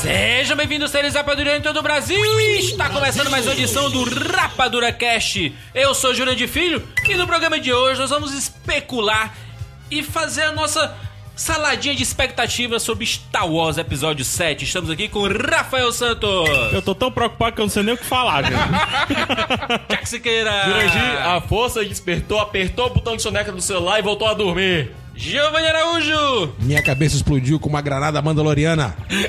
Sejam bem-vindos, seres rapadureiros em todo o Brasil! Está começando mais uma edição do Rapadura Cast. Eu sou Jurandir Filho e no programa de hoje nós vamos especular e fazer a nossa saladinha de expectativas sobre Star Wars Episódio 7. Estamos aqui com Rafael Santos, Eu tô tão preocupado que eu não sei nem o que falar, gente. Jack Siqueira, Jurandir, a força despertou, apertou o botão de soneca do celular e voltou a dormir. Giovanni Araújo Minha cabeça explodiu com uma granada mandaloriana. e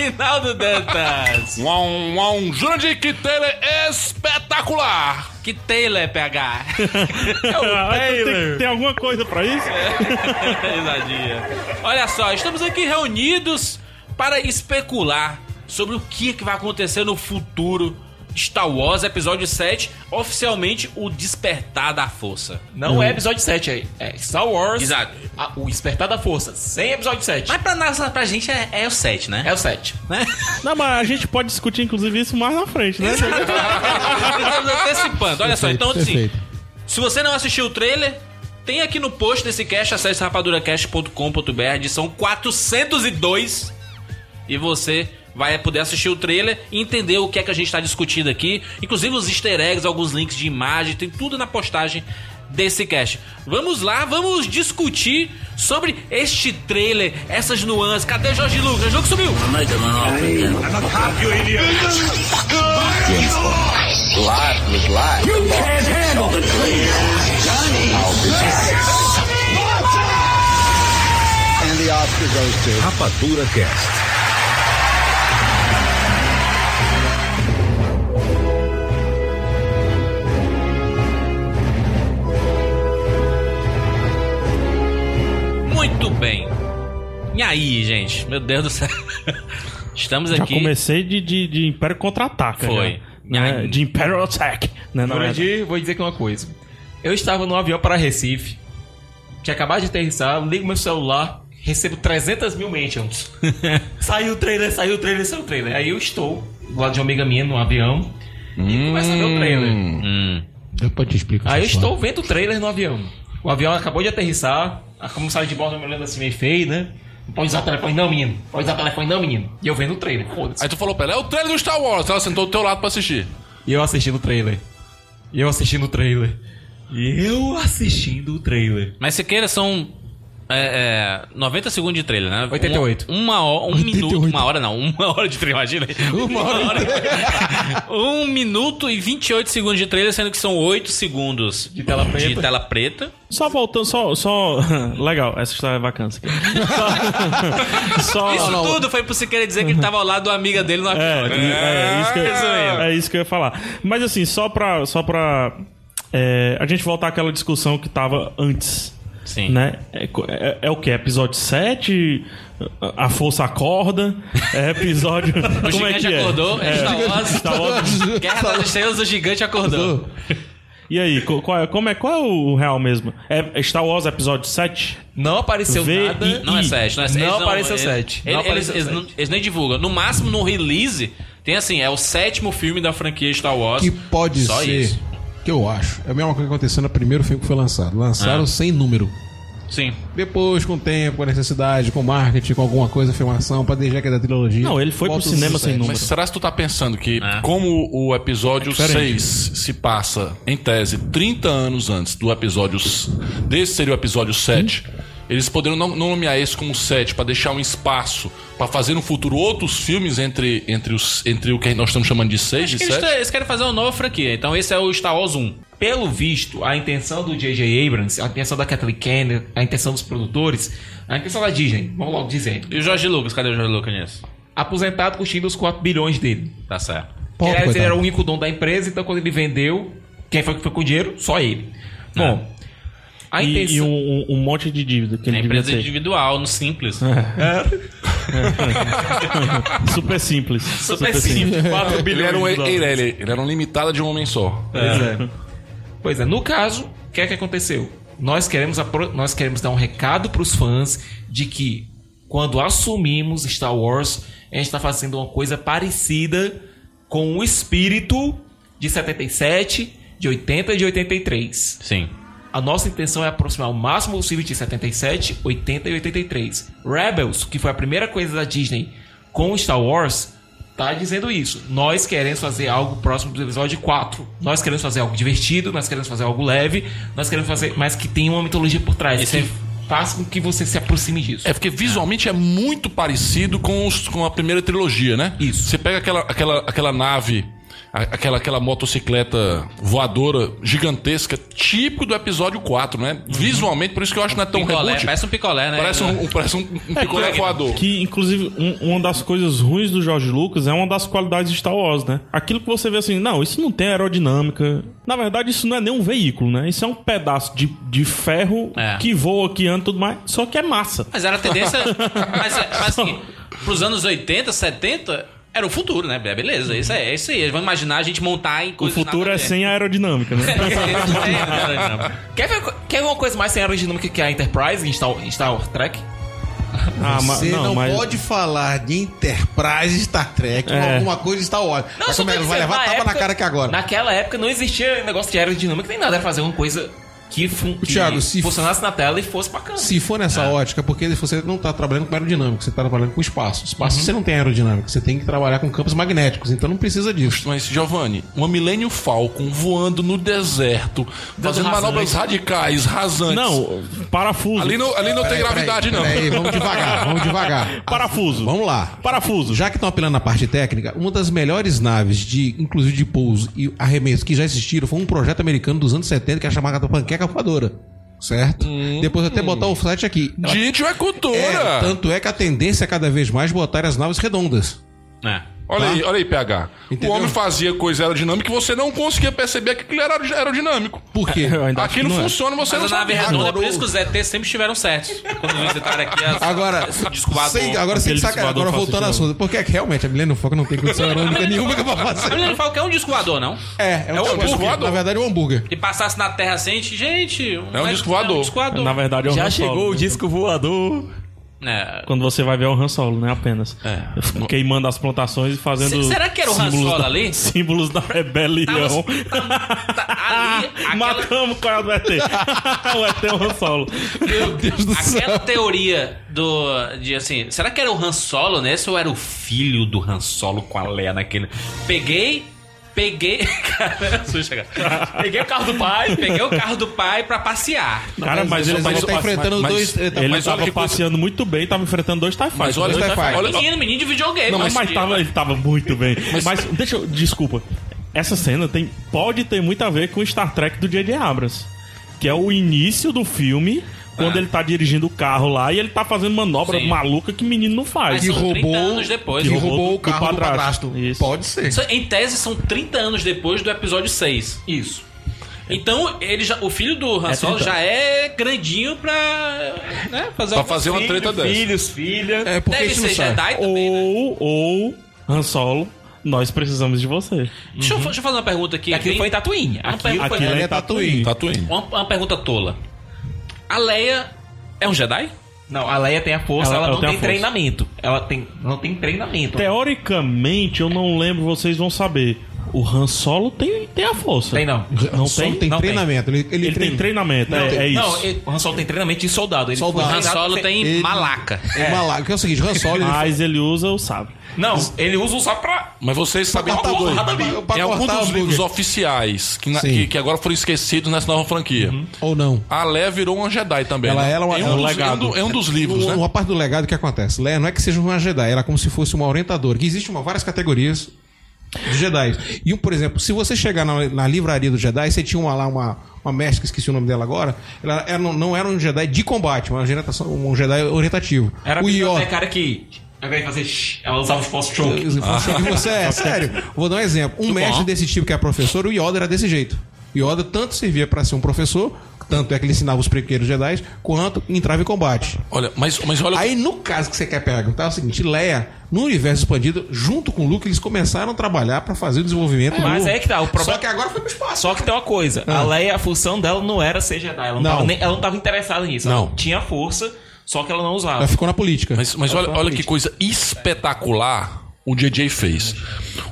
Reinaldo Dantas. Um, um Jurandir Quintela espetacular! que Taylor, PH? Tem, tem, tem alguma coisa pra isso? Risadinha. Olha só, estamos aqui reunidos para especular sobre o que, é que vai acontecer no futuro de Star Wars Episódio 7, oficialmente o Despertar da Força. Não é episódio 7 aí. É Star Wars. Exato. a- o Despertar da Força. Sem episódio 7. Mas pra, nós, pra gente é, é o 7, né? É o 7. Né? Não, mas a gente pode discutir, inclusive, isso mais na frente, né? Estamos antecipando. Olha só, então assim, Perfeito. se você não assistiu o trailer, tem aqui no post desse cast, acesse rapaduracast.com.br, edição 402, e você vai poder assistir o trailer e entender o que é que a gente está discutindo aqui. Inclusive os easter eggs, alguns links de imagem, tem tudo na postagem desse cast. Vamos lá, vamos discutir sobre este trailer, essas nuances. Cadê Jorge Lucas? Jorge Lucas sumiu! Rapadura Cast. Muito bem. E aí, gente? Meu Deus do céu. Estamos Já aqui. comecei de, de, de Império Contra-Ataca. Foi. já. Né? De Império Attack. Né? Não, é- Jurandir, vou dizer que uma coisa. Eu estava num avião para Recife. Tinha acabado de aterrissar. Ligo meu celular. Recebo 300 mil mentions. saiu o trailer, saiu o trailer, saiu o trailer. Aí eu estou do lado de uma amiga minha no avião. E começa a ver o trailer. Hum. Eu posso te explicar. Aí eu essa história. estou vendo o trailer no avião. O avião acabou de aterrissar, a comissária de bordo me olhando assim meio feio, né? Não pode usar telefone não, menino. Não Pode usar telefone não, menino. E eu vendo o trailer, foda-se. Aí tu falou pra ela, é o trailer do Star Wars, ela sentou do teu lado pra assistir. E eu assistindo o trailer. E eu assistindo o trailer. E eu assistindo o trailer. Mas Siqueira são. É, é, 90 segundos de trailer, né? 88. Uma, uma hora, um 88. minuto, uma hora não, uma hora de trailer, imagina. aí. Uma hora. um minuto e 28 segundos de trailer, sendo que são 8 segundos De tela preta. de tela preta. Só voltando, só, só. Legal, essa história é bacana. Só. Isso só... tudo foi pro Siqueira dizer que ele tava ao lado da amiga dele no É, avião. é, isso que eu, isso mesmo. é isso que eu ia falar. Mas assim, só pra. Só pra é, a gente voltar àquela discussão que tava antes. Sim. Né? É, co- é- é o que? Episódio 7? A a força acorda? É episódio. O Como é gigante que é? acordou, É. Star Wars, Star Wars. Guerra das Estrelas, o gigante acordou. E aí, co- qual é, como é, qual é o real mesmo? É Star Wars episódio 7? Não apareceu V- nada. I- Não é 7, não é 7. Não apareceu sete. Não Eles, apareceu eles sete. não- eles nem divulgam. No máximo, no release, tem assim, é o sétimo filme da franquia Star Wars. Que pode Só ser. isso. Que eu acho. É a mesma coisa que aconteceu no primeiro filme que foi lançado. Lançaram Ah. sem número. Sim. Depois, com o tempo, com a necessidade, com o marketing, com alguma coisa, filmação, pra deixar que é da trilogia. Não, ele foi pro Bota o cinema sucesso. sem número. Mas será que tu tá pensando que, É. como o episódio É diferente. 6 se passa, em tese, 30 anos antes do episódio. s- Desse seria o episódio 7. Hum. Eles poderiam não não nomear esse como 7 pra deixar um espaço pra fazer no futuro outros filmes entre, entre, os, entre o que nós estamos chamando de 6 Acho e que eles, 7? te- eles querem fazer uma nova franquia. Então esse é o Star Wars 1. Pelo visto, a intenção do J.J. Abrams, a intenção da Kathleen Kennedy, a intenção dos produtores, a intenção da Disney, vamos logo dizer. E o Jorge Lucas? Cadê o Jorge Lucas nisso? aposentado curtindo os 4 bilhões dele. Tá certo. Pobre, Aliás, ele coitado. era o único dono da empresa, então quando ele vendeu, quem foi que foi com o dinheiro? Só ele. Bom, a Ah. E, intenção. e um- um, um monte de dívida que É ele devia empresa ter. individual, no simples. É. Super simples. Super, simples. 4 bilhões. Ele era, um, de dólares. ele, ele- ele era um limitado de um homem só. Pois é. Pois é, no caso, o que é que aconteceu? Nós queremos, apro- nós queremos dar um recado para os fãs de que quando assumimos Star Wars, a gente está fazendo uma coisa parecida com o espírito de 77, de 80 e de 83. Sim. A nossa intenção é aproximar o máximo possível de 77, 80 e 83. Rebels, que foi a primeira coisa da Disney com Star Wars, tá dizendo isso. Nós queremos fazer algo próximo do episódio 4. Nós queremos fazer algo divertido, nós queremos fazer algo leve, nós queremos fazer, mas que tenha uma mitologia por trás. Esse- é- Que faça com que você se aproxime disso. É porque visualmente é muito parecido com, os- com a primeira trilogia, né? Isso. Você pega aquela, aquela, aquela nave, a- aquela, aquela motocicleta voadora gigantesca, típico do episódio 4, né? Visualmente, por isso que eu acho que não é tão Picolé, reboot. parece um picolé, né? é, Parece um, um- parece um, um picolé voador. Que, inclusive, um- uma das coisas ruins do George Lucas é uma das qualidades de Star Wars, né? Aquilo que você vê assim, não, isso não tem aerodinâmica. Na verdade, isso não é nem um veículo, né? Isso é um pedaço de, de ferro É. que voa, que anda e tudo mais. Só que é massa. Mas era a tendência. mas, mas assim, pros anos 80, 70, era o futuro, né? Beleza, isso é, é isso aí. Vamos imaginar a gente montar em O coisas. nada futuro a é ver. É. sem aerodinâmica, né? Quer ver, quer ver uma coisa mais sem aerodinâmica que a Enterprise em Star, em Star Trek? Ah, ma- Você não, pode falar de Enterprise Star Trek ou É. alguma coisa Star Wars. Mas só como é tô que vai assim, dizendo, levar tapa na cara que agora. Naquela época não existia negócio de aerodinâmica nem nada. Era fazer uma coisa que, fun que Thiago, se- funcionasse na tela e fosse pra câmera. Se for Ah. nessa ótica, porque você não está trabalhando com aerodinâmica, você está trabalhando com espaço. Uhum. Espaço você não tem aerodinâmica, você tem que trabalhar com campos magnéticos, então não precisa disso. Mas, Giovanni, uma Millennium Falcon voando no deserto, fazendo rasante. manobras radicais, rasantes. Não, parafuso. Ali não, ali não tem gravidade, não. Peraí, vamos devagar, vamos devagar. Parafuso. Vamos lá. Parafuso. Já que estão apelando na parte técnica, uma das melhores naves de, inclusive de pouso e arremesso que já existiram foi um projeto americano dos anos 70 que era chamado Panqueca Voadora. Certo? Depois eu até botar o site aqui. Dítio é cultura. É, tanto é que a tendência é cada vez mais botar as naves redondas. Olha aí, olha aí, PH. Entendeu? O homem fazia coisa aerodinâmica e você não conseguia perceber que aquilo era aero- aerodinâmico. Por quê? Eu ainda acho que Aquilo não é. funciona, você Mas não a nave sabe. redonda, é Agora por o- isso que os ETs sempre estiveram certos. Quando visitaram aqui as. Agora, as- disco voador. sem, agora sem Aquele saca, disco voador agora faz voltando ao sentido. assunto, porque é que realmente a Milena Foca não tem condição aerodinâmica nenhuma que eu vou A fazer. mulher fala que é um disco voador, não? É, é um, É um hambúrguer. disco voador. Na verdade é um hambúrguer. E passasse na terra assim, a gente, gente. É um disco voador. É um disco voador. Na verdade, é o Han Solo, né? disco voador. É. Quando você vai ver é o Han Solo, né? Apenas. Queimando as plantações e fazendo. Se- É. será que era o Han um símbolos Solo da- ali? Símbolos da rebelião. Tá- ali, aquela, Matamos qual é o do ET. o ET é o Han Solo. Meu Deus do céu. Aquela teoria do. De assim, será que era o Han Solo nesse ou era o filho do Han Solo com a Leia naquele? Peguei. Peguei. Cara, assusta, cara. Peguei o carro do pai, peguei o carro do pai pra passear. Cara, mas, ele, ele mas, tá enfrentando mas- dois. Ele tá ele mas olha tava que coisa- passeando muito bem, tava enfrentando dois TIE Mas Fighters. olha, Dois Dois olha, TIE Fighters. olha- Menino, menino de videogame. Não, mas, tava, ele tava muito bem. Mas, deixa eu. Desculpa. Essa cena tem, pode ter muito a ver com Star Trek do J.J. Abrams. Que é o início do filme, quando ele tá dirigindo o carro lá e ele tá fazendo manobra Sim. maluca que menino não faz. Mas que são 30 roubou, anos depois. que Do- roubou do o carro do padrasto. padrasto. Isso. Pode ser. Isso, em tese, são 30 anos depois do episódio 6. Isso. Então, ele já, o filho do Han Solo 30. já é grandinho pra né, fazer Pra alguma fazer uma treta dessa. Filhos, filha. É porque Deve isso não ser sabe. Jedi também, né? Ou, ou, Han Solo, nós precisamos de você. Deixa, eu, deixa eu fazer uma pergunta aqui. Aquilo Tem- Uhum. É foi em Tatooine. uma, Aquilo... pergunta, Aquilo Ele é é Tatooine. Tatuinho. uma, uma pergunta tola. A Leia é um Jedi? Não, a Leia tem a força, ela, Ela- ela não tem a tem, força. treinamento. Ela tem, não tem treinamento. Teoricamente, eu não lembro, vocês vão saber. O Han Solo tem, tem a força. Tem não. Não Só tem? tem Não tem. treinamento. Ele, ele Ele tem treina. treinamento, é, é isso. Não, ele- o Han Solo tem treinamento de soldado. Ele foi Soldado. O Han treinado- Solo tem ele- malaca. É. Malaco, que é o seguinte, Han Solo, ele Mas ele usa o sabre. Não, ele usa um só pra... Mas vocês sabem Pra de uma cortar coisa. o hambúrguer. É um Pra Em alguns cortar o dos hambúrguer. livros oficiais que, na- Sim. que, que agora foram esquecidos nessa nova franquia, ou não. a Leia virou uma Jedi também. Ela né? era uma- é é um um, dos, é um legado. do- é um dos livros, Uma, né? uma parte do legado que acontece. Leia não é que seja uma Jedi, ela é como se fosse uma orientadora. Que existe uma, várias categorias de Jedi. E, um, por exemplo, se você chegar na, na livraria do Jedi, você tinha uma, lá uma, uma mestre, que esqueci o nome dela agora, ela, era- não, não era um Jedi de combate, mas era uma orientação- um Jedi orientativo. Era a o Yoda. bibliotecária que Ao invés de fazer shh, ela usava os false choke. Eles falam assim, "E você é sério. Vou dar um exemplo. Um mestre desse tipo que é professor, o Yoda era desse jeito. O Yoda tanto servia pra ser um professor, tanto é que ele ensinava os pequenos Jedi, quanto entrava em combate. Olha, mas, mas olha. Aí, no caso que você quer perguntar, é o seguinte: Leia, no universo expandido, junto com o Luke, eles começaram a trabalhar pra fazer o desenvolvimento. Mas novo. aí que tá, o problema- Só que agora foi pro espaço. Só que tem uma coisa, a Leia, a função dela não era ser Jedi. Ela não, Ah. Não. Tava, nem- ela não tava interessada nisso. Não. Ela tinha força, só que ela não Ela usava. ficou na política. Mas, mas olha, olha que coisa espetacular o JJ fez.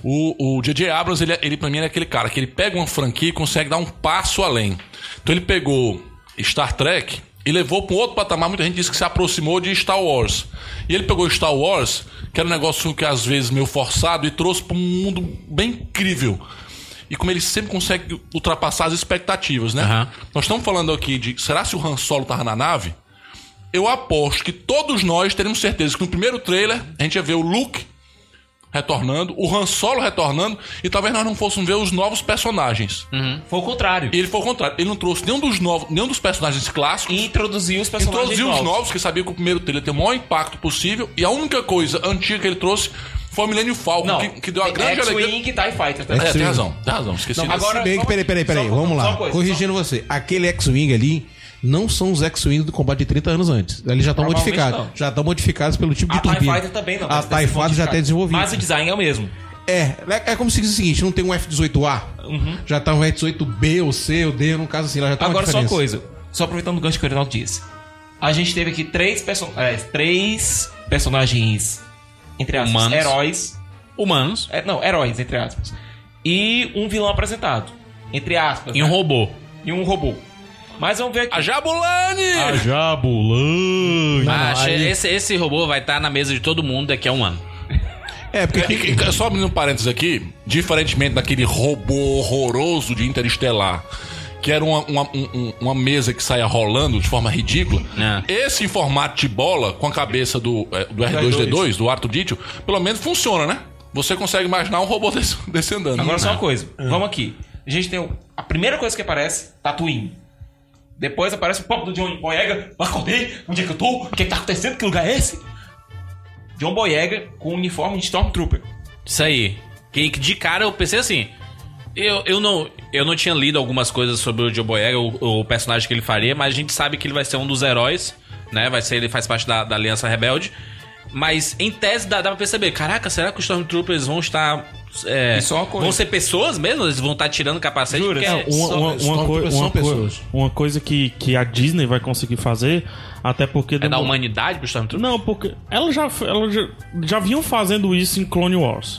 O, o JJ Abrams, ele, é, ele pra mim era aquele cara que ele pega uma franquia e consegue dar um passo além. Então ele pegou Star Trek e levou pra um outro patamar. Muita gente disse que se aproximou de Star Wars. E ele pegou Star Wars, que era um negócio que às vezes meio forçado, e trouxe pra um mundo bem incrível. E como ele sempre consegue ultrapassar as expectativas, né? Aham. Nós estamos falando aqui de será se o Han Solo tava na nave? eu aposto que todos nós teremos certeza que no primeiro trailer a gente ia ver o Luke retornando, o Han Solo retornando, e talvez nós não fôssemos ver os novos personagens. Foi o contrário. E ele foi o contrário, ele não trouxe nenhum dos novos, nenhum dos personagens clássicos. E introduziu os personagens Introduziu os novos, que sabia que o primeiro trailer tem o maior impacto possível, e a única coisa antiga que ele trouxe foi o Millennium Falcon, Não, que, que deu a grande alegria. X-Wing e TIE Fighter. Tá? É, tem razão, tem razão, esqueci disso. agora- Se bem só- que, um peraí, peraí, peraí. só- Vamos só um lá. uma coisa, Corrigindo você. Aquele X-Wing ali não são os X-Wings do combate de 30 anos antes. Eles já estão Provavelmente modificados. não. Já estão modificados pelo tipo É, A de TIE turbina. Fighter também não. A deve ter sido TIE Fighter já modificada. tem desenvolvido. Mas o design é o mesmo. É, é, é como se diz o seguinte, não tem um F-18A. Já tá um F-18B ou C ou D, num caso assim, lá já tá Uhum. Agora, uma só uma diferença. coisa. Só aproveitando o gancho que o Reinaldo disse. A gente teve aqui três, person é, três personagens, entre aspas, Humanos. heróis. Humanos É, não, heróis, entre aspas. E um vilão apresentado. Entre aspas. e um né? robô. E um robô. Mas vamos ver aqui. A Jabulani! A Jabulani. Ah, che- esse, esse robô vai estar na mesa de todo mundo daqui a um ano. É, porque E- e- Só abrindo um parênteses aqui, diferentemente daquele robô horroroso de Interestelar, que era uma, uma, um- um- uma mesa que saia rolando de forma ridícula, É. esse em formato de bola, com a cabeça do, eh, do R2D2, do Arto Dítio, pelo menos funciona, né? Você consegue imaginar um robô desse, desse andando. Agora só uma coisa. Ah. Vamos aqui. A gente tem o- a primeira coisa que aparece, Tatooine. Depois aparece o papo do John Boyega. Eu acordei, onde é que eu tô? O que, que tá acontecendo? Que lugar é esse? John Boyega com um uniforme de Stormtrooper. Isso aí. Que que de cara eu pensei assim. Eu, eu, não, eu não tinha lido algumas coisas sobre o Joe Boyega, o, o personagem que ele faria, mas a gente sabe que ele vai ser um dos heróis, né? Vai ser, ele faz parte da, da Aliança Rebelde. Mas em tese dá, dá pra perceber, caraca, será que os Stormtroopers vão estar. é, E só uma coisa. vão ser pessoas mesmo? Eles vão estar tirando capacete? Jura? Porque- é- Não, uma, Só- uma- só uma coi- são uma coi- pessoas. uma coisa que, que a Disney vai conseguir fazer, até porque... É da demorou- humanidade pro Stormtrooper? Não, porque ela já, ela já, já vinham fazendo isso em Clone Wars.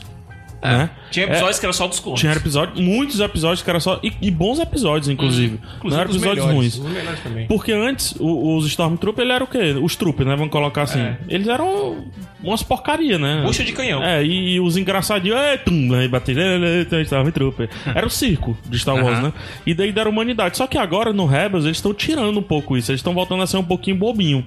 Né? Tinha É, episódios que era só dos clones. Tinha episódio, muitos episódios que era só. E, e bons episódios, inclusive. não eram os episódios melhores, ruins. os melhores também. Porque antes, o- os Stormtrooper, ele era o quê? Os Troopers, né? Vamos colocar assim. Eles eram umas porcaria, né? Bucha de canhão. É, e, e os engraçadinhos. É, tum, né, batendo, é, é, é, Stormtrooper. Era o circo de Star Wars, né? E daí deram humanidade. Só que agora no Rebels eles estão tirando um pouco isso. Eles estão voltando a ser um pouquinho bobinho.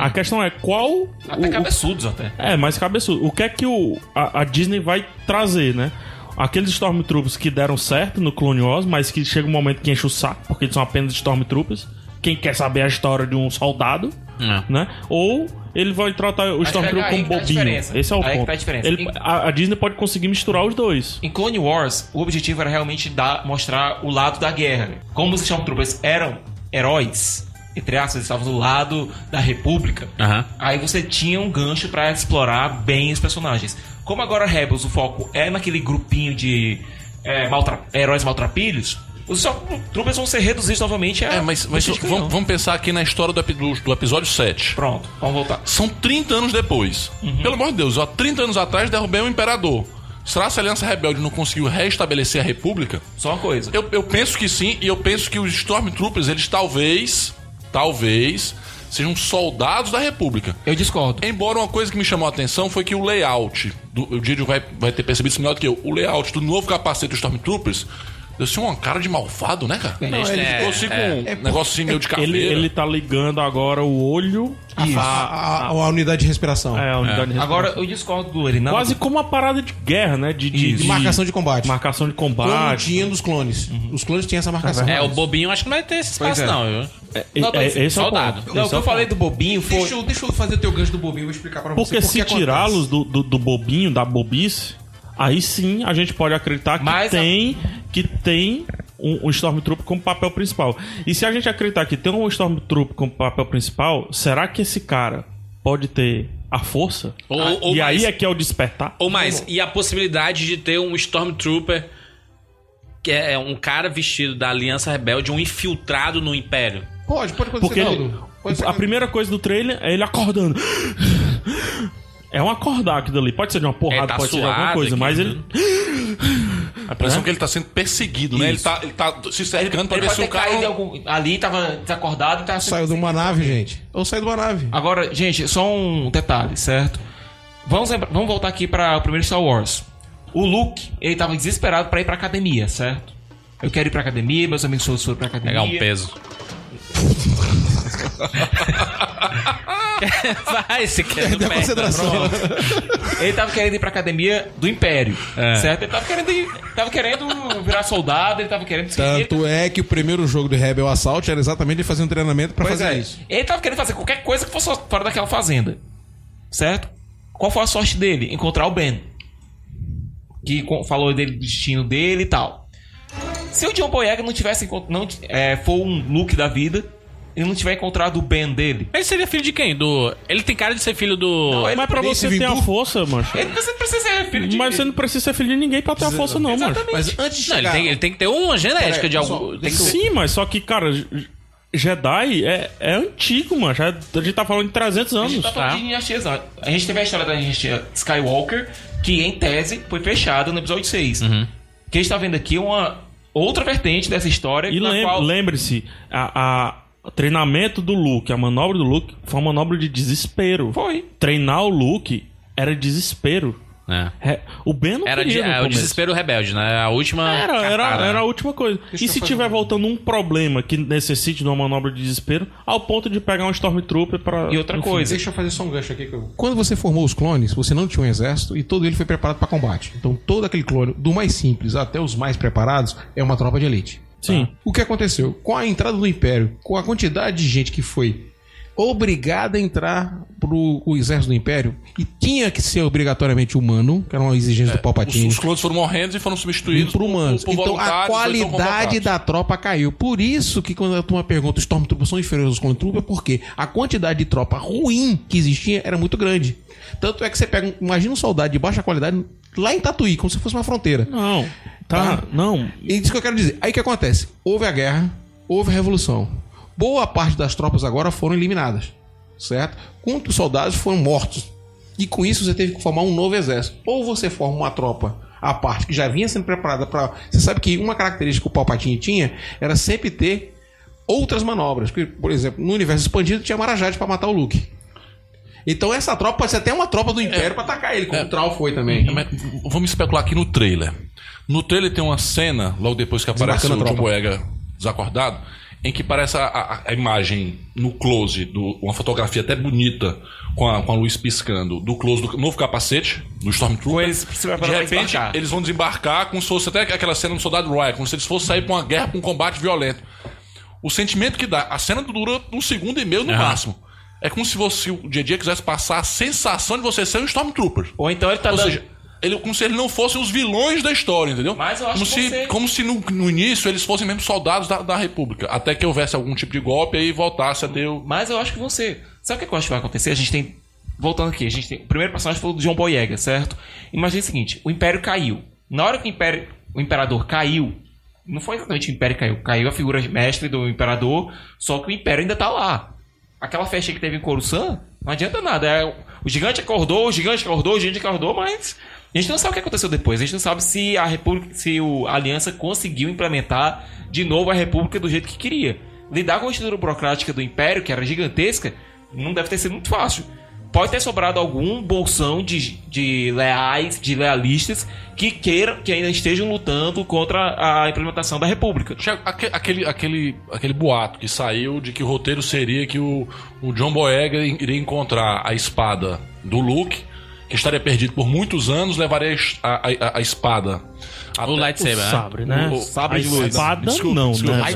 A questão é qual. Até o- o cabeçudos até. é, mais cabeçudo. O que é que o, a, a Disney vai trazer, né? Aqueles Stormtroopers que deram certo no Clone Wars, mas que chega um momento que enche o saco, porque eles são apenas Stormtroopers. Quem quer saber a história de um soldado, Não. né? Ou ele vai tratar o Acho que Stormtrooper aí como que tá a bobinho. diferença. Esse é o Aí que ponto. tá a diferença. Ele- E- a, a Disney pode conseguir misturar os dois. Em Clone Wars, o objetivo era realmente dar, mostrar o lado da guerra. Como os Stormtroopers eram heróis, entre aspas, eles estavam do lado da República. Aham. Aí você tinha um gancho pra explorar bem os personagens. Como agora Rebels, o foco é naquele grupinho de é, maltra- heróis maltrapilhos, os Stormtroopers vão ser reduzidos novamente a. É, mas, mas bicho de canhão. vamos, vamos pensar aqui na história do, epi- do, do episódio 7. Pronto, vamos voltar. São 30 anos depois. Pelo amor de Deus, ó, 30 anos atrás derrubei o imperador. Será que a Aliança Rebelde não conseguiu restabelecer a República? Só uma coisa. Eu, eu penso que sim, e eu penso que os Stormtroopers, eles talvez, talvez, sejam soldados da República. Eu discordo. Embora uma coisa que me chamou a atenção foi que o layout, do, o Didio vai, vai ter percebido isso melhor do que eu, o layout do novo capacete dos Stormtroopers Deu ser uma cara de malvado, né, cara? Não, ele- ficou assim é, com um negocinho meio de caveira. Ele, ele tá ligando agora o olho Isso. A, a- a unidade de respiração. é, a unidade de Agora, eu discordo do Erinaldo. Quase como uma parada de guerra, né? De, de, De marcação de combate. marcação de Como combate. tinha dos clones. Os clones tinham essa marcação. É, o bobinho acho que não vai ter esse espaço, Pois é. não, viu? E- Não, tô é- dizendo, esse é o soldado. ponto. Não, o Esse que é eu o falei do Bobinho foi... Deixa eu, deixa eu fazer o teu gancho do bobinho, eu vou explicar pra Porque você. se acontece. tirá-los do, do, do bobinho, da bobice, aí sim a gente pode acreditar que Mas a- tem, que tem um, um Stormtrooper como papel principal. E se a gente acreditar que tem um Stormtrooper como papel principal, será que esse cara pode ter a força? Ou- ou e mais. aí é que é o despertar? Ou mais, e a possibilidade de ter um Stormtrooper, que é um cara vestido da Aliança Rebelde, um infiltrado no Império. Pode, pode acontecer Porque ele- tudo. Pode ser a que- primeira coisa do trailer é ele acordando. É um acordar aquilo ali. Pode ser de uma porrada, É, tá pode ser de alguma suado coisa, aqui, mas né? ele. A impressão é que ele tá sendo perseguido, né? Ele tá, ele tá se cercando pra Ele ver pode se ter o cara. caído em não- algum... ali, tava desacordado e tava... Saiu de uma nave, gente. Ou saiu de uma nave. Agora, gente, só um detalhe, certo? Vamos, lembra- vamos voltar aqui para o primeiro Star Wars. O Luke, ele tava desesperado pra ir pra academia, certo? Eu quero ir pra academia, meus amigos todos foram pra academia. Pegar um peso. Vai, se quer do Deu pé. concentração. Ele tava querendo ir pra academia do Império, É. certo? Ele tava querendo, ir, tava querendo virar soldado, ele tava querendo seguir. Tanto é que o primeiro jogo do Rebel Assault era exatamente ele fazer um treinamento pra Pois fazer é. isso. Ele tava querendo fazer qualquer coisa que fosse fora daquela fazenda, certo? Qual foi a sorte dele? Encontrar o Ben. Que co- falou dele, do destino dele e tal. Se o John Boyega não tivesse encont- não t- é, for um look da vida, ele não tiver encontrado o Ben dele. Ele seria filho de quem? Do... Ele tem cara de ser filho do... Não, ele- Mas pra Desse você ter a Vindu? força, mancha. Ele você não precisa ser filho de Mas você não precisa ser filho de ninguém pra ter a força, não, mancha. Exatamente. Mas antes de Não, ele chegar... tem, ele tem que ter uma genética Peraí, de só- algum... Tem que... deixa eu- Sim, mas só que, cara, Je- Jedi é, é antigo, mano. Já- a gente tá falando de 300 A gente anos. tá falando de dinastias, não. A gente teve a história da dinastia Skywalker, que em tese foi fechada no episódio 6. Uhum. O que a gente tá vendo aqui é uma outra vertente dessa história. Tá. E na lem- qual- lembre-se, a, a- o treinamento do Luke, a manobra do Luke, foi uma manobra de desespero. Foi. Treinar o Luke era desespero. É. É, o Ben não Era de, queria no é, o começo. desespero rebelde, né? A última... Era, era, cartada, era a né? última coisa. e se tiver voltando um problema que necessite de uma manobra de desespero, ao ponto de pegar um Stormtrooper pra. E outra enfim. coisa. Deixa eu fazer só um gancho aqui. que eu- Quando você formou os clones, você não tinha um exército e todo ele foi preparado pra combate. Então todo aquele clone, do mais simples até os mais preparados, é uma tropa de elite. Ah. Sim. O que aconteceu? Com a entrada do Império, com a quantidade de gente que foi obrigada a entrar pro o exército do Império e tinha que ser obrigatoriamente humano, que era uma exigência do Os, Palpatine. os clones foram morrendo e foram substituídos Para humanos. por- por então a voluntários, ou então qualidade contratados. da tropa caiu. Por isso que quando a turma pergunta os Stormtroopers são inferiores aos Clone Troopers, porque a quantidade de tropa ruim que existia era muito grande. Tanto é que você pega, um- imagina um soldado de baixa qualidade lá em Tatuí, como se fosse uma fronteira. Não. Tá, Tá. não. E isso que eu quero dizer. Aí o que acontece? Houve a guerra, houve a revolução. Boa parte das tropas agora foram eliminadas, certo? Quantos soldados foram mortos? E com isso você teve que formar um novo exército. Ou você forma uma tropa à parte que já vinha sendo preparada para. Você sabe que uma característica que o Palpatine tinha era sempre ter outras manobras. Porque, Por exemplo, no universo expandido tinha Marajade para matar o Luke. Então essa tropa pode ser até uma tropa do Império pra para atacar ele, como o Troll foi também. É, mas Vamos especular aqui no trailer. No trailer tem uma cena, logo depois que aparece o Desembarcando a John tropa. Boyega desacordado, em que parece a, a- a imagem no close, do, uma fotografia até bonita, com a, com a luz piscando, do close do novo capacete, do Com Stormtrooper. eles se preparando de pra repente, embarcar. eles vão desembarcar como se fosse até aquela cena do Soldado Ryan, como se eles fossem sair pra uma guerra, pra um combate violento. O sentimento que dá, a cena dura um segundo e meio no máximo. É como se você, o dia a dia quisesse passar a sensação de você ser um Stormtrooper. Ou então ele tá Ou dando. seja, ele, como se eles não fossem os vilões da história, entendeu? Mas eu acho como que se, você- como se no, no início eles fossem mesmo soldados da, da República. Até que houvesse algum tipo de golpe e voltasse a ter o. Mas eu acho que você. Sabe o que eu acho que vai acontecer? A gente tem. Voltando aqui, a gente tem. O primeiro personagem foi o John Boyega, certo? Imagina o seguinte: o Império caiu. Na hora que o Império. O Imperador caiu. Não foi exatamente o Império caiu. Caiu a figura mestre do Imperador. Só que o Império ainda tá lá. Aquela festa que teve em Coruscant, não adianta nada. É, o gigante acordou, o gigante acordou, o gigante acordou, mas. A gente não sabe o que aconteceu depois. A gente não sabe se a República. Se o, a Aliança conseguiu implementar de novo a República do jeito que queria. Lidar com a estrutura burocrática do Império, que era gigantesca, não deve ter sido muito fácil. pode ter sobrado algum bolsão de, de leais, de lealistas que queiram, que ainda estejam lutando contra a implementação da República. Che- aque- Aquele, aquele, aquele boato que saiu de que o roteiro seria que o, o John Boyega in- iria encontrar a espada do Luke, que estaria perdido por muitos anos, levaria a es- a, a- a espada. O lightsaber. né? Sabre, né? O- o- a sabre de luz. espada não, né?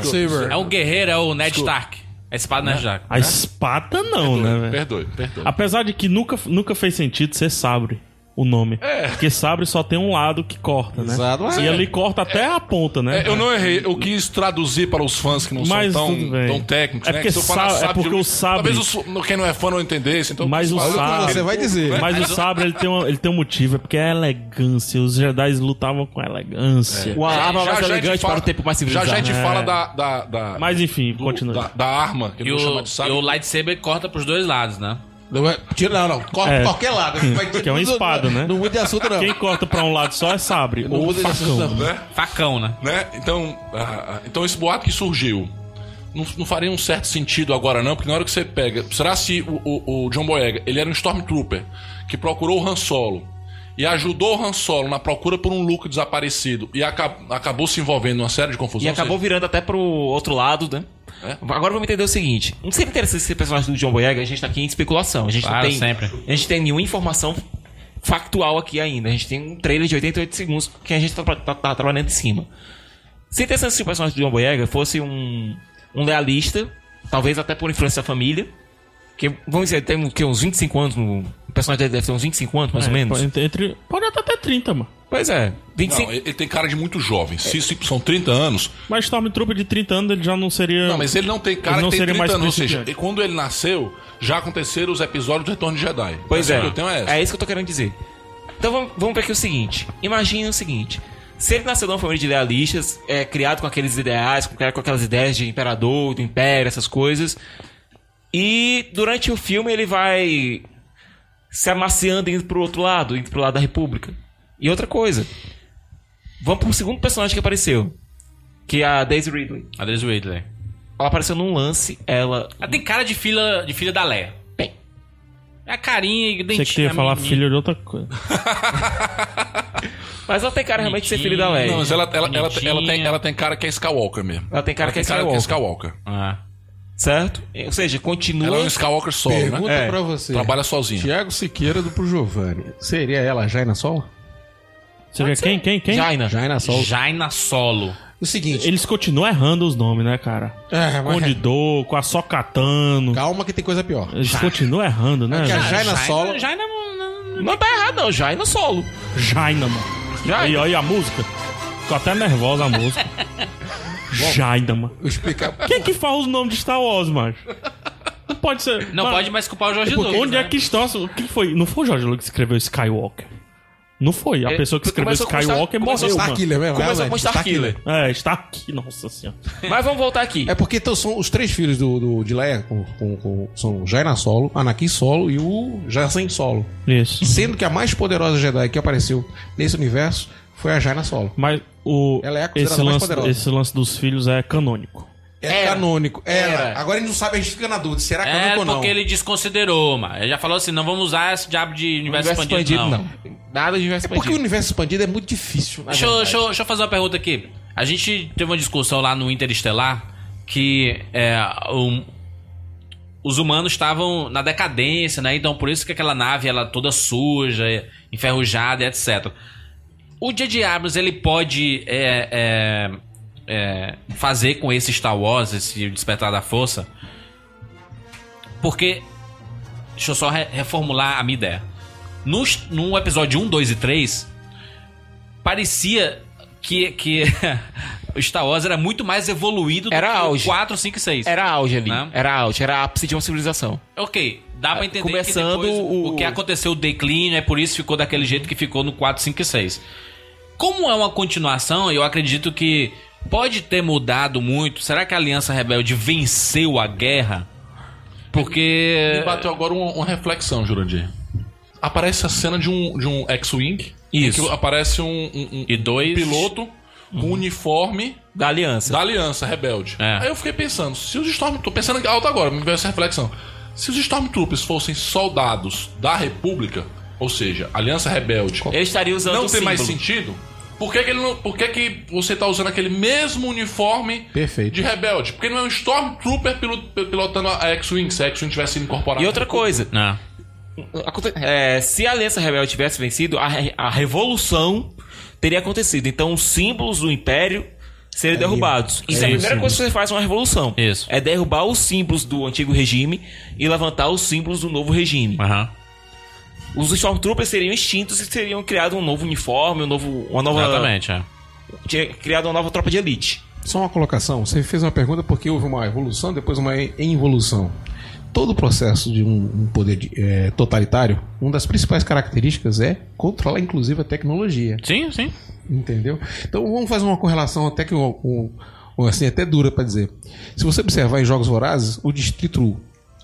É o guerreiro, é o Ned Stark. É A espada Né? Ned Stark. A espada não, né, velho? Perdoe, perdoe. Apesar de que nunca, nunca fez sentido ser sabre o nome. Porque sabre só tem um lado que corta, né? Exato, E é. ele corta até a ponta, né? É, eu não errei, eu quis traduzir para os fãs que não Mas são tudo tão, bem. tão técnicos, É né? porque Que se eu falar sa- é sabre porque de luz, o sabre- Talvez os- quem não é fã não entendesse, então. Mas eu o quis falar. sabre- Você vai dizer. Mas o sabre ele tem, um, ele tem um motivo, é porque é elegância. Os Jedi lutavam com elegância. Uma Já- arma mais já- já a gente elegante fala- para o tempo mais civilizado. Já já a gente É. fala da. da, da- Mas enfim, do- continua. Da, da arma, que E eu vou chamar o, de sabre. e o lightsaber corta pros dois lados, né? Não, é- tira, não, não. Corta É. qualquer lado. Vai- Que é uma espada, não- né? Não muda de assunto, não. Quem corta pra um lado só é sabre. Não Ou muda de assunto, facão. É, não. Né? Facão, né? Né? Então, ah, ah, então esse boato que surgiu. Não, não faria um certo sentido agora, não, porque na hora que você pega. Será se o, o- o John Boyega ele era um Stormtrooper que procurou o Han Solo e ajudou o Han Solo na procura por um Luke desaparecido e aca- acabou se envolvendo numa série de confusões? E acabou virando até pro outro lado, né? É. Agora vamos entender o seguinte: não sempre interessa esse personagem do John Boyega, a gente tá aqui em especulação. A gente Claro, não tem. sempre. A gente tem nenhuma informação factual aqui ainda. A gente tem um trailer de 88 segundos que a gente tá, tá- tá trabalhando em cima. Se é interessante se o personagem do John Boyega fosse um, um lealista, talvez até por influência da família. Que, vamos dizer, tem o quê? uns 25 anos no. O personagem dele deve ter uns 25 anos, mais ou menos. É, Pode, entre- entre- pode até ter 30, mano. Pois é, Não, 25. ele ele tem cara de muito jovem. Se isso são 30 anos. Mas Stormtrooper de 30 anos ele já não seria. Não, mas ele não tem cara Ele não que tem seria 30 mais anos. Ou seja, principiante. e quando ele nasceu, já aconteceram os episódios do Retorno de Jedi. Pois A é. impressão que Eu tenho é essa. É isso que eu tô querendo dizer. Então vamos, vamos ver aqui o seguinte. Imagina o seguinte. Se ele nasceu numa família de idealistas, é, criado com aqueles ideais, com, com aquelas ideias de imperador, do império, essas coisas. E durante o filme ele vai se amaciando indo pro outro lado, indo pro lado da república. E outra coisa. Vamos pro segundo personagem que apareceu. Que é a Daisy Ridley. Andres Whitley. Ela apareceu num lance, ela... Ela tem cara de filha, de filha da Leia. Bem, É a carinha e dentinho. Você que ia falar filho de outra coisa. mas ela tem cara realmente de ser filha da Bonitinha. Leia. Não, mas ela, ela, ela, ela, Bonitinha. tem, ela tem cara que é Skywalker mesmo. Ela tem cara que é tem Skywalker. Ah. Certo? Ou seja, Ela é continua. um Skywalker solo, Pergunta né? É. pra você. Trabalha sozinha. Tiago Siqueira do Pro Giovanni. Seria ela Jaina Sol? Seria quem? Quem? Quem? Jaina. Jaina Sol. Jaina Solo. O seguinte. Eles continuam errando os nomes, né, cara? É, mas- Condidor, com a Socatano. Calma que tem coisa pior. Eles continuam errando, né? que a velho? Jaina é Sol. Jaina não- não- Não tá errado, não. Jaina solo. Jaina, mano. Jaina. Aí, olha a música. Ficou até nervosa a música. Jaina, mano. Vou explicar. Quem é que fala os nomes de Star Wars, macho? Não pode ser. não Mano, pode mais culpar o Jorge porque Lucas. Onde é né? que estão? as- O que foi? Não foi o Jorge Lucas que escreveu Skywalker. Não foi. A É, pessoa que escreveu começou com Skywalker Star- começou morreu, Star mano. Killer mesmo. Começou ela, com Star Killer. É, está aqui, nossa senhora. Mas vamos voltar aqui. É porque então, são os três filhos do, do, de Leia com, com, com, são Jaina Solo, Anakin Solo e o Jacen Solo. Isso. Sendo que a mais poderosa Jedi que apareceu nesse universo foi a Jaina Solo. Mas o. Ela é a considerada esse, mais lance, poderosa. esse lance dos filhos é canônico. É Era. canônico. Era. Era. Agora a gente não sabe, a gente fica na dúvida. Será que é É canônico ou não? porque ele desconsiderou, mano. Ele já falou assim: não vamos usar esse diabo de universo, expandido, não. Nada de universo É porque o expandido. universo expandido é muito difícil. na Deixa eu, verdade. deixa eu- deixa eu fazer uma pergunta aqui. A gente teve uma discussão lá no Interestelar que é, um- os humanos estavam na decadência, né? Então por isso que aquela nave ela toda suja, é, enferrujada, e etc. O J.J. Abrams ele pode é, é, é, fazer com esse Star Wars, esse Despertar da Força, porque deixa eu só re- reformular a minha ideia. Nos, no episódio 1, 2 e 3, parecia que, que o Star Wars era muito mais evoluído Era do que auge. o 4, 5 e 6. Era auge ali. Não. Era auge. Era ápice de uma civilização. Ok, dá pra entender Começando que depois o- o que aconteceu, o declínio, é por isso que ficou daquele jeito que ficou no 4, 5 e 6. Como é uma continuação, eu acredito que pode ter mudado muito. Será que a Aliança Rebelde venceu a guerra? Porque... Me bateu agora uma, uma reflexão, Jurandir. Aparece a cena de um, de um X-Wing. Isso. em que aparece um, um- um- E dois- um piloto com uniforme Da aliança. da Aliança Rebelde. É. Aí eu fiquei pensando, se os Stormtroopers... Tô pensando alto agora, me veio essa reflexão. Se os Stormtroopers fossem soldados da República, ou seja, Aliança Rebelde, Eu estaria usando não o tem mais símbolo. sentido? Por que, que ele não- por que, que você tá usando aquele mesmo uniforme Perfeito. de rebelde? Porque não é um Stormtrooper pilo- pilotando a X-Wing, se a X-Wing tivesse sido incorporada. E outra coisa, Não. Aconte- é, se a Aliança Rebelde tivesse vencido, a, re- a revolução teria acontecido. Então, os símbolos do Império seriam derrubados. Isso é, a primeira coisa que você faz uma revolução. Isso. É derrubar os símbolos do antigo regime e levantar os símbolos do novo regime. Aham. Os Stormtroopers seriam extintos e seriam criado um novo uniforme, um novo, uma nova Exatamente, é. tinha criado uma nova tropa de elite. Só uma colocação. Você fez uma pergunta porque houve uma evolução, depois uma involução. Todo o processo de um, um poder de- eh, totalitário, uma das principais características é controlar, inclusive, a tecnologia. Sim, sim. Entendeu? Então vamos fazer uma correlação até que um, um- um, assim até dura pra dizer. Se você observar em jogos vorazes, o distrito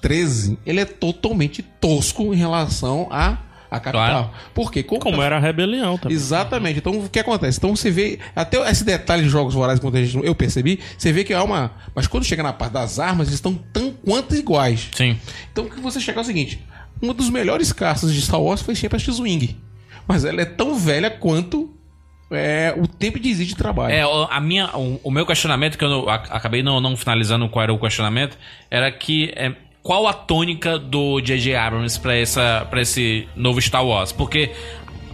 13, ele é totalmente tosco em relação à a capital. Por quê? Como, Como era a rebelião também. Exatamente. Então o que acontece? Então você vê até esse detalhe de jogos vorazes quando a gente eu percebi, você vê que há uma, mas quando chega na parte das armas, eles estão tão quanto iguais. Sim. Então o que você chegar é o seguinte: um dos melhores caças de Star Wars foi sempre a X-Wing. Mas ela é tão velha quanto é, o tempo de exige de trabalho. É, o- a minha, o, o meu questionamento, que eu não- a- acabei não, não finalizando qual era o questionamento, era que é, qual a tônica do J.J. Abrams pra, essa, pra esse novo Star Wars? Porque,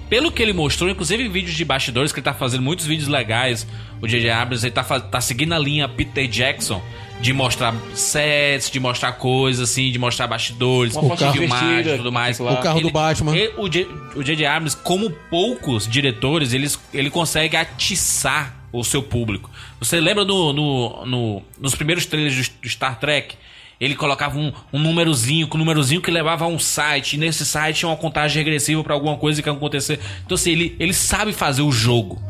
pelo que ele mostrou, inclusive em vídeos de bastidores, que ele tá fazendo muitos vídeos legais, o J.J. Abrams, ele tá, fa- tá seguindo a linha Peter Jackson. De mostrar sets, de mostrar coisas, assim, de mostrar bastidores, Uma foto filmagem divertida, e tudo mais. lá. O carro do Ele- Batman. e- o J- o J.J. Abrams, como poucos diretores, eles, ele consegue atiçar o seu público. Você lembra no, no- no- nos primeiros trailers do, do Star Trek? Ele colocava um, um númerozinho, com um númerozinho que levava a um site. E nesse site tinha uma contagem regressiva pra alguma coisa que ia acontecer. Então, assim, ele, ele sabe fazer o jogo.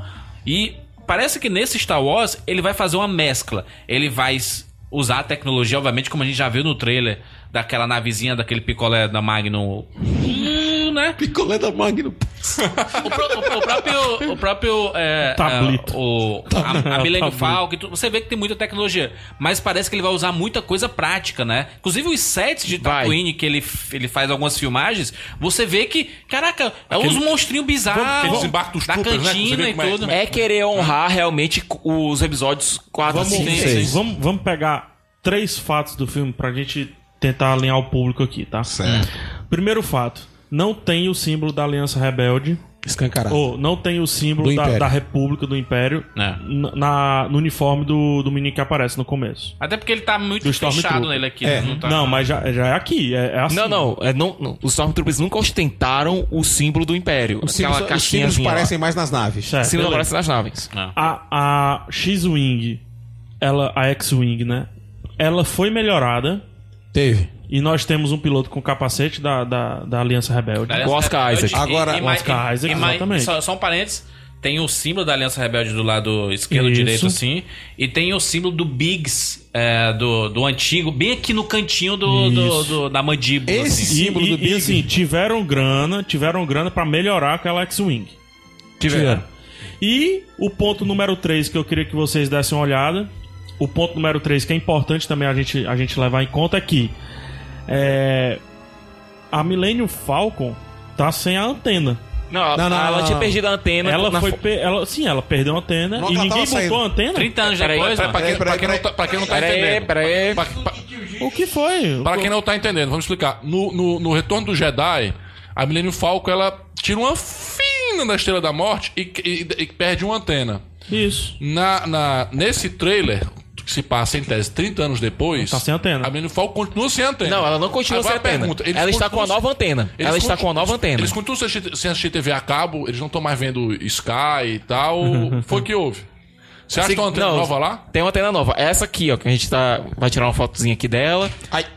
E parece que nesse Star Wars ele vai fazer uma mescla. Ele vai s- usar a tecnologia, obviamente, como a gente já viu no trailer, daquela navezinha, daquele picolé da Magnum né? Picolé da Magno. O, pró- o- o próprio. O próprio. É, Tablito. é, o, a a Millennium Tablito. Falcon, e tudo, você vê que tem muita tecnologia. Mas parece que ele vai usar muita coisa prática, né? Inclusive os sets de Vai. Tatooine que ele, f- ele faz algumas filmagens, você vê que, caraca, é uns monstrinhos aqueles bizarros. embarcos dos Da troopers, né? Você cantina vê e como é- tudo. como É querer honrar realmente c- os episódios 4, Vamos, 5 e sim, 6. sim. Vamos, vamos pegar três fatos do filme pra gente tentar alinhar o público aqui, tá? Certo. Primeiro fato: não tem o símbolo da Aliança Rebelde. Escancarado. Ou não tem o símbolo Do da, Império. da República do Império É. n- na, no uniforme do, do menino que aparece no começo. Até porque ele tá muito Do fechado Stormtrooper. nele aqui. É. né? Não tá- Não, mas já, já é aqui, é, é assim. Não, não, é, não, não. Os Stormtroopers nunca ostentaram o símbolo do Império. Os símbolos, aquela os símbolos caixinhazinha. parecem mais nas naves. lá. Certo, O símbolo beleza. aparece nas naves. A, a X-Wing, ela, a X-Wing, né? Ela foi melhorada Teve. e nós temos um piloto com capacete da, da, da Aliança Rebelde. É Aliança O Oscar Rebelde Isaac. Agora- mais- Oscar Isaac, mais- exatamente. Só, só um parênteses. Tem o símbolo da Aliança Rebelde do lado esquerdo Isso. direito, assim. E tem o símbolo do Biggs, é, do, do antigo, bem aqui no cantinho do, do- Isso. do- da mandíbula, assim. Esse E, símbolo e- do e, Big. assim, tiveram grana, tiveram grana pra melhorar aquela X-Wing. Tiveram. E o ponto número 3 que eu queria que vocês dessem uma olhada, o ponto número 3 que é importante também a gente, a gente levar em conta é que é, a Millennium Falcon tá sem a antena. Não, Não, não, ela não, tinha não. perdido a antena. Ela na foi. fo- pe- Ela, sim, ela perdeu a antena Não, e ela ninguém tava saindo. botou a antena? 30 anos Peraí, depois, Pra, pra mano. quem, Peraí, peraí, pra quem não tá, pra quem não tá Peraí, entendendo. peraí. Pra, pra- O que foi? pra quem não tá entendendo, vamos explicar. No, no, no Retorno do Jedi, a Millennium Falcon ela tira uma fina da Estrela da Morte e, e- e perde uma antena. Isso. Na, na- nesse trailer, que se passa em tese 30 anos depois. Tá sem antena. A Millennium Falcon continua sem antena. Não, ela não continua Agora sem a antena. eles Ela está continuam- com a nova antena. eles Ela está continu- com a nova antena. Eles continuam sem assistir, sem assistir TV a cabo, eles não estão mais vendo Sky e tal. Foi o que houve. Você acha que tem uma antena Não, nova lá? Tem uma antena nova. Essa aqui, ó, que a gente tá. Vai tirar uma fotozinha aqui dela.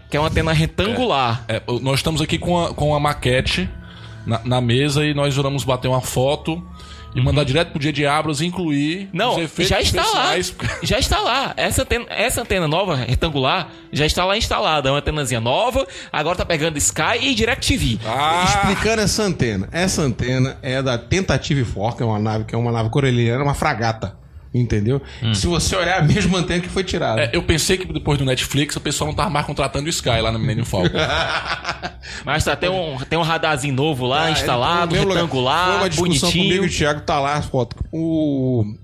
Que é uma antena retangular. É, nós estamos aqui com a, com a maquete na, na mesa e nós vamos bater uma foto e mandar direto pro dia de Abras e incluir Não, os efeitos já está lá. especiais. Já está lá. Essa antena, essa antena nova, retangular, já está lá instalada. É uma antenazinha nova. Agora tá pegando Sky e DirecTV. Ah, Explicando essa antena. Essa antena é da Tentative Fork, é uma nave que é uma nave coreliana, uma fragata Entendeu? Se você olhar, a mesma antena que foi tirada. É, eu pensei que depois do Netflix o pessoal não tava mais contratando o Sky lá no Millennium Falcon. Ah, Mas tá, tem, um, tem um radarzinho novo lá, instalado, Ah, é, No meu lugar. Foi retangular, uma discussão bonitinho. comigo e o Thiago tá lá as fotos. O.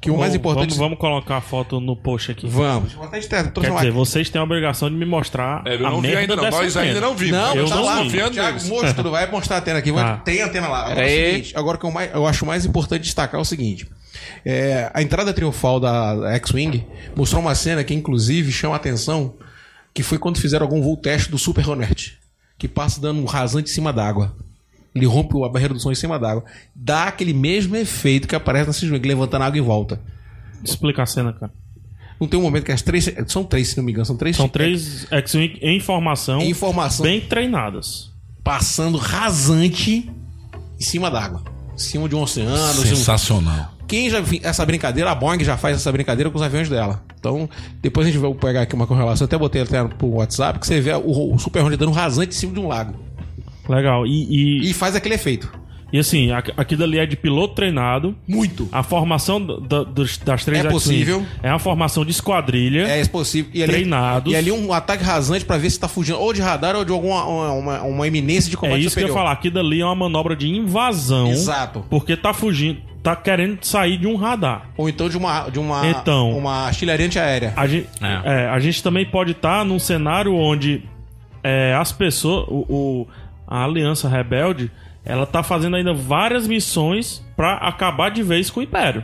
Que o mais importante. Vamos, vamos colocar a foto no post aqui. Vamos. Vou até te- tô Quer chamando dizer, aqui. vocês têm a obrigação de me mostrar É, eu a não vi merda ainda não. dessa Nós antena. ainda não vimos. Não, eu tá tô lá. confiando Thiago, neles. mostra, tu vai mostrar a antena aqui. Vai- Ah. Tem antena lá. Agora, é o Aí. seguinte, agora o que eu, mais, eu acho mais importante destacar é o seguinte. É, a entrada triunfal da da X-Wing mostrou uma cena que, inclusive, chama a atenção, que foi quando fizeram algum voo teste do Super Hornet, que passa dando um rasante em cima d'água. Ele rompe a barreira do som em cima d'água. Dá aquele mesmo efeito que aparece na X-Wing, levantando água em volta. Explica a cena, cara. Não tem um momento que as três... São três, se não me engano. São três... São três X-Wing em formação, Em formação. bem treinadas. passando rasante em cima d'água. Em cima de um oceano. em cima- Sensacional. Quem já vi essa brincadeira, a Boeing já faz essa brincadeira com os aviões dela. Então, depois a gente vai pegar aqui uma correlação. Até botei até pro WhatsApp, que você vê o, o Super Honda dando rasante em cima de um lago. Legal. E, e, E faz aquele efeito. e assim, aqui- aquilo ali é de piloto treinado. Muito. A formação do- do- dos- das três É X-Wing possível. É uma formação de esquadrilha. É possível. E ali, Ah, Treinados. E ali um ataque rasante pra ver se tá fugindo ou de radar ou de alguma uma, uma, uma iminência de É combate isso que eu superior. ia falar. Aqui dali é uma manobra de invasão. Exato. Porque tá fugindo, tá querendo sair de um radar. Ou então de uma, de uma, Então. uma artilharia antiaérea. A gente, É. é, a gente também pode estar num cenário onde é, as pessoas. O, o- a Aliança Rebelde ela tá fazendo ainda várias missões pra acabar de vez com o Império.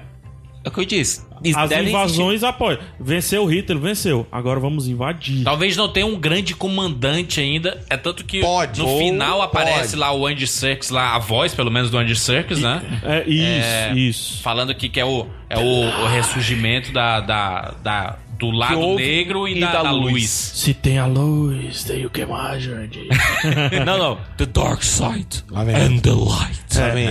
É o que eu disse. Isso As deve invasões apoiam. Venceu o Hitler, venceu. Agora vamos invadir. Talvez não tenha um grande comandante ainda. É tanto que Pode. no Ou final aparece pode. lá o Andy Serkis, lá a voz, pelo menos, do Andy Serkis, né? É isso, isso. Falando que, que é, o, é o, o ressurgimento da, da, da- do lado houve negro e, e da, da da luz. luz. Se tem a luz, tem o que mais, gente? existir. Não, não. The Dark Side Ah, Lá vem. and the Light. Também.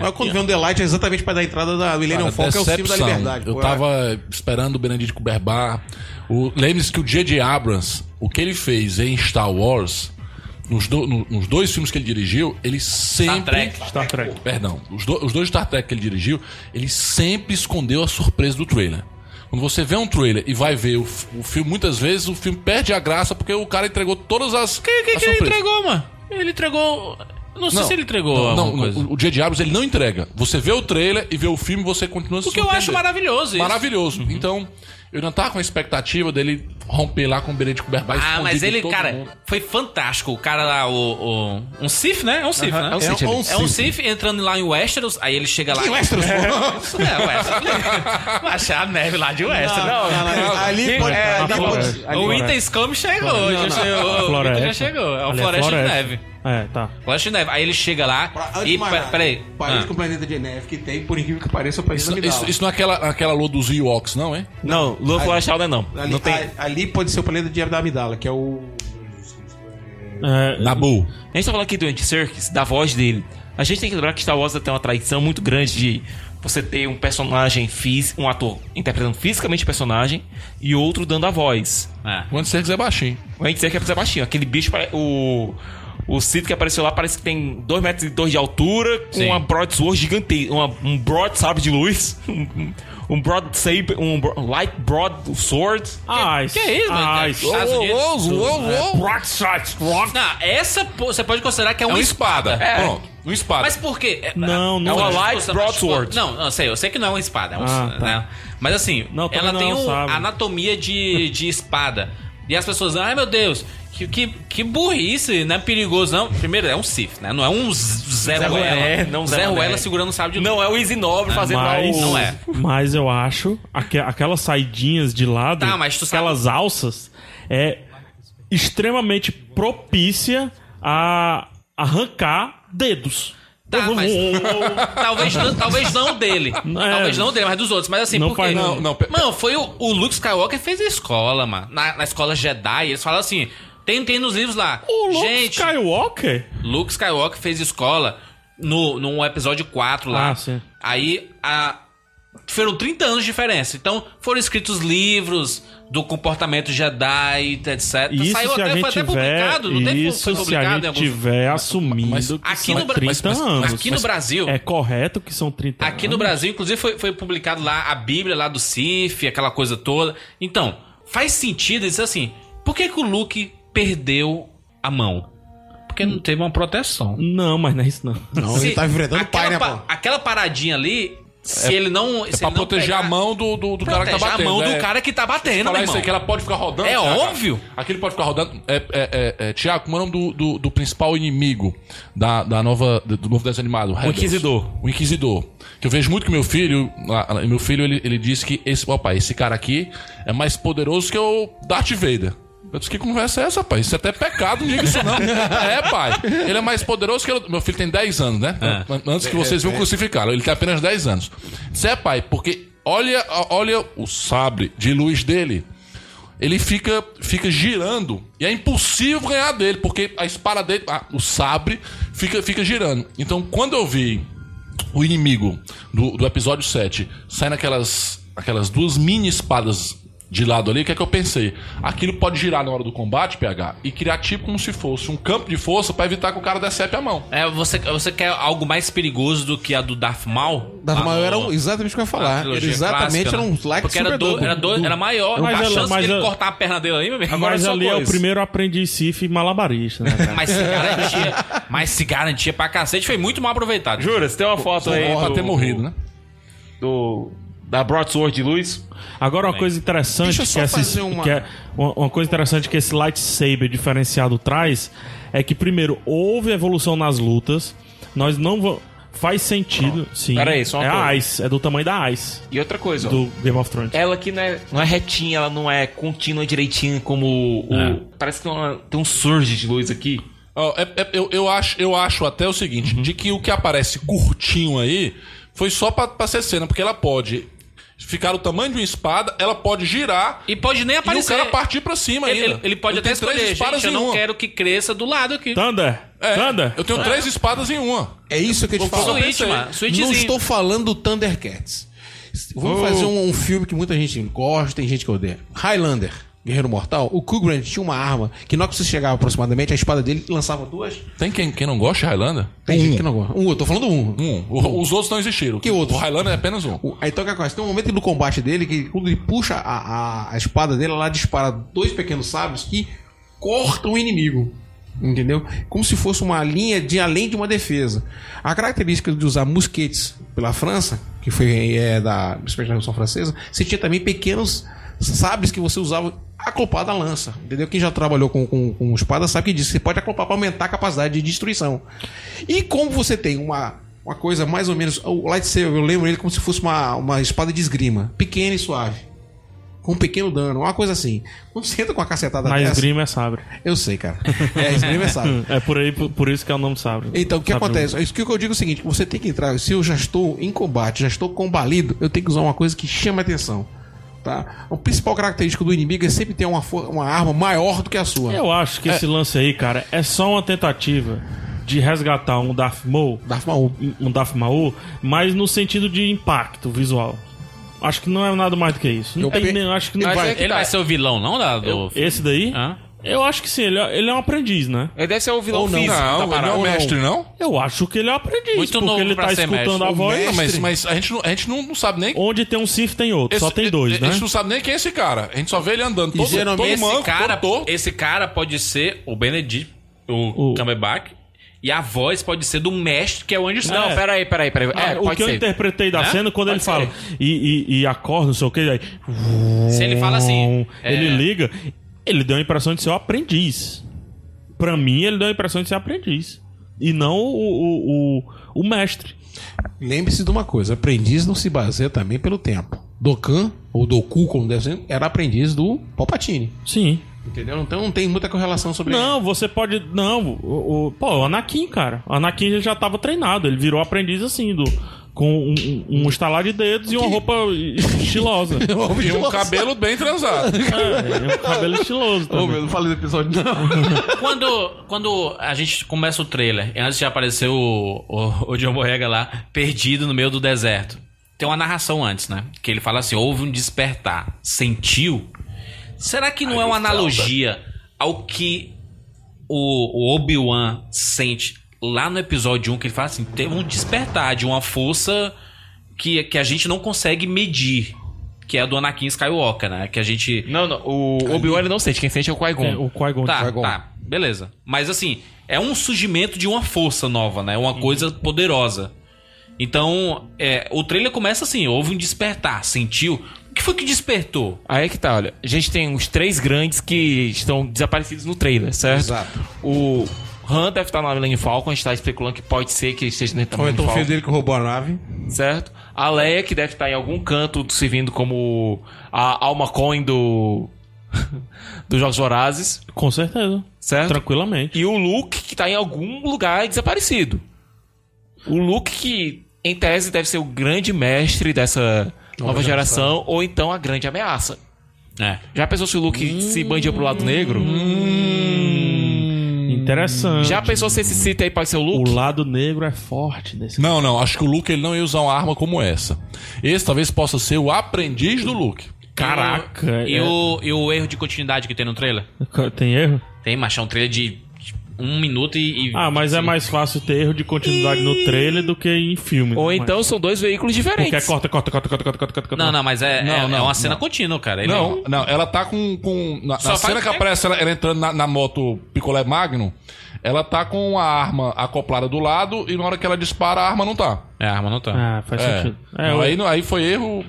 Mas quando vem um delight é exatamente pra dar a entrada da É, Millennium Cara, Falcon, que é o símbolo da decepção. liberdade. Eu Pô, tava esperando o Benedito Cuberbar. O... Lembre-se que o J.J. Abrams, o que ele fez em Star Wars, nos, do- no- nos dois filmes que ele dirigiu, ele sempre. Star Trek. Star Trek. Perdão, os, do- os dois Star Trek que ele dirigiu, ele sempre escondeu a surpresa do trailer. Quando você vê um trailer e vai ver o, f- o filme, muitas vezes o filme perde a graça porque o cara entregou todas as. Que, que, as que ele surpresas. entregou, mano? Ele entregou. Não sei se ele entregou não, alguma não, coisa. o- o Dia de Abrams ele não entrega. Você vê o trailer e vê o filme, você continua se o que eu acho surpreendendo. maravilhoso isso. Uhum. Maravilhoso. Então, eu não tava com a expectativa dele romper lá com o Benedito Berbais. Ah, mas ele, cara, foi fantástico. O cara lá, o. o- um Sif, né? É um Sif, né? É um Sith, é ele. um É um Sif entrando lá em Westeros, aí ele chega lá. Em Westeros, pô. É, Westeros. é. Vai achar a neve lá de Westeros. Não, não, não. Ali pode. é, ali tá pode- floresta. ali o pode- Winter Scum chegou. já chegou. O Winter já chegou. É o Ali Floresta de floresta. Neve. É, tá. Floresta de Neve. Aí ele chega lá Pra- antes de e. mais pe- nada, Peraí. Parede Ah. com o planeta de neve que tem, por incrível que pareça, o país Isso, da isso, Amidala. isso não é aquela, aquela lua dos Ewoks, não, hein? Não, Lua Florestal não é não. Ali, Não tem... a- ali pode ser o planeta de da Amidala, que é o. É, Nabu. A gente tá falando aqui do Andy Serkis, da voz dele. A gente tem que lembrar que Star Wars tem uma tradição muito grande de você ter um personagem físico, um ator interpretando fisicamente o personagem e outro dando a voz. Ah. Quando você quiser baixinho. O Andy Serkis é baixinho. Aquele bicho, pare- o o Cid que apareceu lá parece que tem 2 metros e dois de altura, com Sim. uma broadsword gigante, uma, um broad sabre de luz, um- um broad saber, um bro- light broad sword. Ice. que é isso, mano? Ice. Os Estados Unidos. Rock Shot. Não, essa pô, você pode considerar que é É um uma espada. É. Pronto, uma espada. Mas por quê? É- Não, não é. é. uma light Discussão, broadsword. mas- Não, não, sei, eu sei que não é uma espada. É um, Ah, tá. né? Mas assim, Não, também ela não tem é um um- sabre. anatomia de, de espada. E as pessoas, ai meu Deus, que, que, que burrice, não é perigoso não. Primeiro, é um Sif, né? Não é um z- Zé Zé Ruela. é, Ruela, não Zé Zé Ruela. Ruela segurando o sábio de Não é o Easy Nobre fazendo lá Mas, o... Não é. mas eu acho aque- aquelas saidinhas de lado, Tá, mas tu sabe- aquelas alças, é extremamente propícia a arrancar dedos. Tá, mas- Talvez não, talvez não dele. É. Talvez não dele, mas dos outros. Mas assim, Não porque. faz- não, não, pe- Mano, foi o, o Luke Skywalker fez a escola, mano. Na, na escola Jedi, eles falam assim. Tem, tem nos livros lá. O Luke Gente, Skywalker? Luke Skywalker fez escola no, no episódio 4 lá. Ah, sim. Aí a, foram 30 anos de diferença. Então, foram escritos livros do comportamento Jedi, etc. Isso Saiu se até, a gente foi até tiver, publicado, não teve isso foi se a publicado gente em alguns... tiver assumindo mas que aqui são no Bra- 30 mas- mas- anos. Aqui no Brasil, É correto que são 30 anos. Aqui no Brasil, inclusive, foi, foi publicado lá a Bíblia lá do Cif, aquela coisa toda. Então, faz sentido isso assim. Por que, que o Luke perdeu a mão? Porque não teve uma proteção. Não, mas não é isso não. Não, ele tá enfrentando o pai, né, aquela, pa- pô? aquela paradinha ali, se ele não. É pra proteger a mão do, do, do cara que tá batendo. a mão é. do cara que tá batendo, Falar meu isso irmão. aí, que ela pode ficar rodando. É Thiago. óbvio. Aqui ele pode ficar rodando. É, é, é, é, Tiago, como é o nome do, do, do principal inimigo da, da nova, do do novo desenho animado? Rebels. Inquisidor. O Inquisidor. Que eu vejo muito que meu filho. lá- lá, Meu filho, ele, ele disse que esse, opa, esse cara aqui é mais poderoso que o Darth Vader. Eu disse, que conversa é essa, pai? Isso é até pecado, não diga isso não. é, pai. Ele é mais poderoso que... o- Meu filho tem 10 anos, né? Antes que vocês venham crucificá-lo. Ele tem apenas 10 anos. Isso é, pai, porque olha, olha o sabre de luz dele ele fica, fica girando e é impossível ganhar dele, porque a espada dele, ah, o sabre, fica, fica girando. Então, quando eu vi o inimigo do, do episódio 7 saindo aquelas, aquelas duas mini espadas de lado ali, o que é que eu pensei? Aquilo pode girar na hora do combate, PH, e criar tipo como se fosse um campo de força pra evitar que o cara decepe a mão. É, você, você quer algo mais perigoso do que a do Darth Maul? Darth Lá Maul no- era um- exatamente o que eu ia na falar. Era trilogia exatamente clássica, era um né? like Porque era, do, era, do, era maior, Mas a ela- chance mas dele ela- cortar a perna dele aí, meu amigo. Mas era só ali é o dois. primeiro aprendiz Sif malabarista, né? cara? Mas se garantia, mas se garantia pra cacete, foi muito mal aproveitado. Jura, você tem uma foto aí Pra ter morrido, né? do da broadsword de luz? Agora uma coisa interessante Deixa eu que, só essa, fazer uma- que é uma, uma coisa interessante que esse lightsaber diferenciado traz é que primeiro houve evolução nas lutas. Nós não vamos faz sentido, sim. Pera aí, só uma é a coisa. Ice, é do tamanho da Ice E outra coisa, ó. do Game of Thrones. Ela aqui não é, não é retinha, ela não é contínua direitinha como o. É. Parece que tem, uma- tem um surge de luz aqui. Ó, é- é- eu, eu acho, eu acho até o seguinte, de que o que aparece curtinho aí foi só pra, pra ser cena, porque ela pode ficar o tamanho de uma espada, ela pode girar E pode nem e o aparecer. cara partir pra cima ele, ainda. ele- ele pode Eu até tenho escolher, gente, eu em não uma. quero que cresça do lado aqui. Thunder, É, Thunder. eu tenho três espadas em uma. É isso que eu te Vou fazer falo. um Switch, pensei. mano. Switchzinho. Não estou falando do Thundercats. Vamos fazer um, um filme que muita gente gosta, tem gente que odeia. Highlander, Guerreiro Mortal. O Kugrant tinha uma arma que na hora que você chegava aproximadamente, a espada dele lançava duas. Tem quem, quem não gosta de Highlander? Tem gente que não gosta. Um, eu tô falando um. Um. O- os outros não existiram. Que outros? O Highlander é apenas um. O- Aí então o que acontece? Tem um momento do combate dele que quando ele puxa a, a, a espada dele, ela dispara dois pequenos sábios que cortam o inimigo. Entendeu? Como se fosse uma linha de além de uma defesa. A característica de usar mosquetes pela França, que foi é, da principalmente da Revolução Francesa, você tinha também pequenos sabres que você usava acoplado à lança. Entendeu? Quem já trabalhou com, com, com espada sabe que disso. Você pode acoplar para aumentar a capacidade de destruição. E como você tem uma uma coisa mais ou menos. O lightsaber, eu lembro ele como se fosse uma, uma espada de esgrima. Pequena e suave. Com um pequeno dano, uma coisa assim. Quando você entra com a cacetada Mas dessa. Grima é sabre. Eu sei, cara. É, esgrima é sabe. É por aí, por, por isso que é o nome sabre. Então, o que Sabre acontece? Isso que eu digo é o seguinte: você tem que entrar. Se eu já estou em combate, já estou combalido, eu tenho que usar uma coisa que chama atenção. Tá? O principal característico do inimigo é sempre ter uma, for- uma arma maior do que a sua. Eu acho que esse lance aí, cara, é só uma tentativa de resgatar um Darth Maul, Darth Maul. um Darth Maul, mas no sentido de impacto visual. Acho que não é nada mais do que isso. Eu Eu pe- acho que não Mas vai. é que Ele tá. vai ser o vilão, não, da, do... Esse daí? Hã? Eu acho que sim, ele é, ele é um aprendiz, né? Ele deve ser o vilão Ou não. físico da Não, ele parada. não é o ou não. mestre, não? Eu acho que ele é um aprendiz, Muito porque novo ele pra tá ser escutando mestre. a O voz. Não, mas, Mestre. mas a gente, não, a gente não, não sabe nem. Onde tem um Sif tem outro, só tem dois, a, né? A gente não sabe nem quem é esse cara. A gente só vê ele andando todo, geralmente todo Esse manco, cara, todo torto. esse cara pode ser o Benedict, o, O- Cumberbatch, e a voz pode ser do mestre, que é o Andy Serkis. Não, É. peraí, peraí, peraí. Ah, É, o pode que eu ser. interpretei da Né? cena quando Pode ele fala e, e, e acorda, não sei o que, aí. Se ele fala assim, é, Ele liga, ele deu a impressão de ser o aprendiz. Pra mim, ele deu a impressão de ser aprendiz. E não o, o, o, o mestre. Lembre-se de uma coisa: aprendiz não se baseia também pelo tempo. Dokan, ou Doku, como deve ser, era aprendiz do Palpatine. Sim. Entendeu? Então não tem muita correlação sobre Não, você pode. Não, o, o- pô, o Anakin, cara. O Anakin ele já tava treinado, ele virou aprendiz assim, do, com um, um um estalar de dedos e uma roupa estilosa. isso. é Ô, E bicho, um nossa. cabelo bem transado. é, e um cabelo estiloso. Ô, Também. meu, não falei do episódio, não. Quando, quando a gente começa o trailer, antes de aparecer o, o, o John Borrega lá, perdido no meio do deserto. Tem uma narração antes, né? Que ele fala assim: houve um despertar. Sentiu? Será que não é uma analogia ao que o, o Obi-Wan sente lá no episódio 1, que ele fala assim: teve um despertar de uma força que, que a gente não consegue medir. Que é a do Anakin Skywalker, né? Que a gente. Não, não, o Obi-Wan ele não sente, quem sente é o É, Qui-Gon. o Qui-Gon. Tá, Dragon. tá, beleza. Mas assim, é um surgimento de uma força nova, né? Uma Uhum. coisa poderosa. Então, é, o trailer começa assim: houve um despertar, sentiu. O que foi que despertou? Aí é que tá, olha. A gente tem os três grandes que estão desaparecidos no trailer, certo? Exato. O Han deve estar na Millennium Falcon, a gente tá especulando que pode ser que ele esteja dentro da Ou então Millennium o filho Falcon, dele que roubou a nave. certo? A Leia, que deve estar em algum canto servindo como a Alma Coin do... dos Jogos Vorazes, Com certeza. certo? Tranquilamente. E o Luke, que tá em algum lugar desaparecido. O Luke que, em tese, deve ser o grande mestre dessa nova, geração, ou então a grande ameaça. É. Já pensou se o Luke Hum. se bandia pro lado negro? Interessante. Já pensou se esse cita aí pode ser o O Luke? lado negro é forte nesse. Não, não, acho que o Luke ele não ia usar uma arma como essa. Esse talvez possa ser o aprendiz do Luke. Caraca. E, é- o, e o erro de continuidade que tem no trailer? Tem erro? Tem, macho, é um trailer de de um minuto e. e- Ah, mas é mais fácil ter erro de continuidade no trailer do que em filme. Ou né? então são dois veículos Porque é diferentes. corta, corta, corta, corta, corta, corta, corta. Não, não, mas é, Não, é, é não, uma cena contínua, cara. Ele- Não, não, ela tá com. com na na Só faz cena que tempo. aparece ela, ela entrando na, na moto Picolé Magno, ela tá com a arma acoplada do lado e na hora que ela dispara, a arma não tá. É, a arma não tá. Ah, faz É. sentido. É, Não, eu- aí, não- aí foi erro.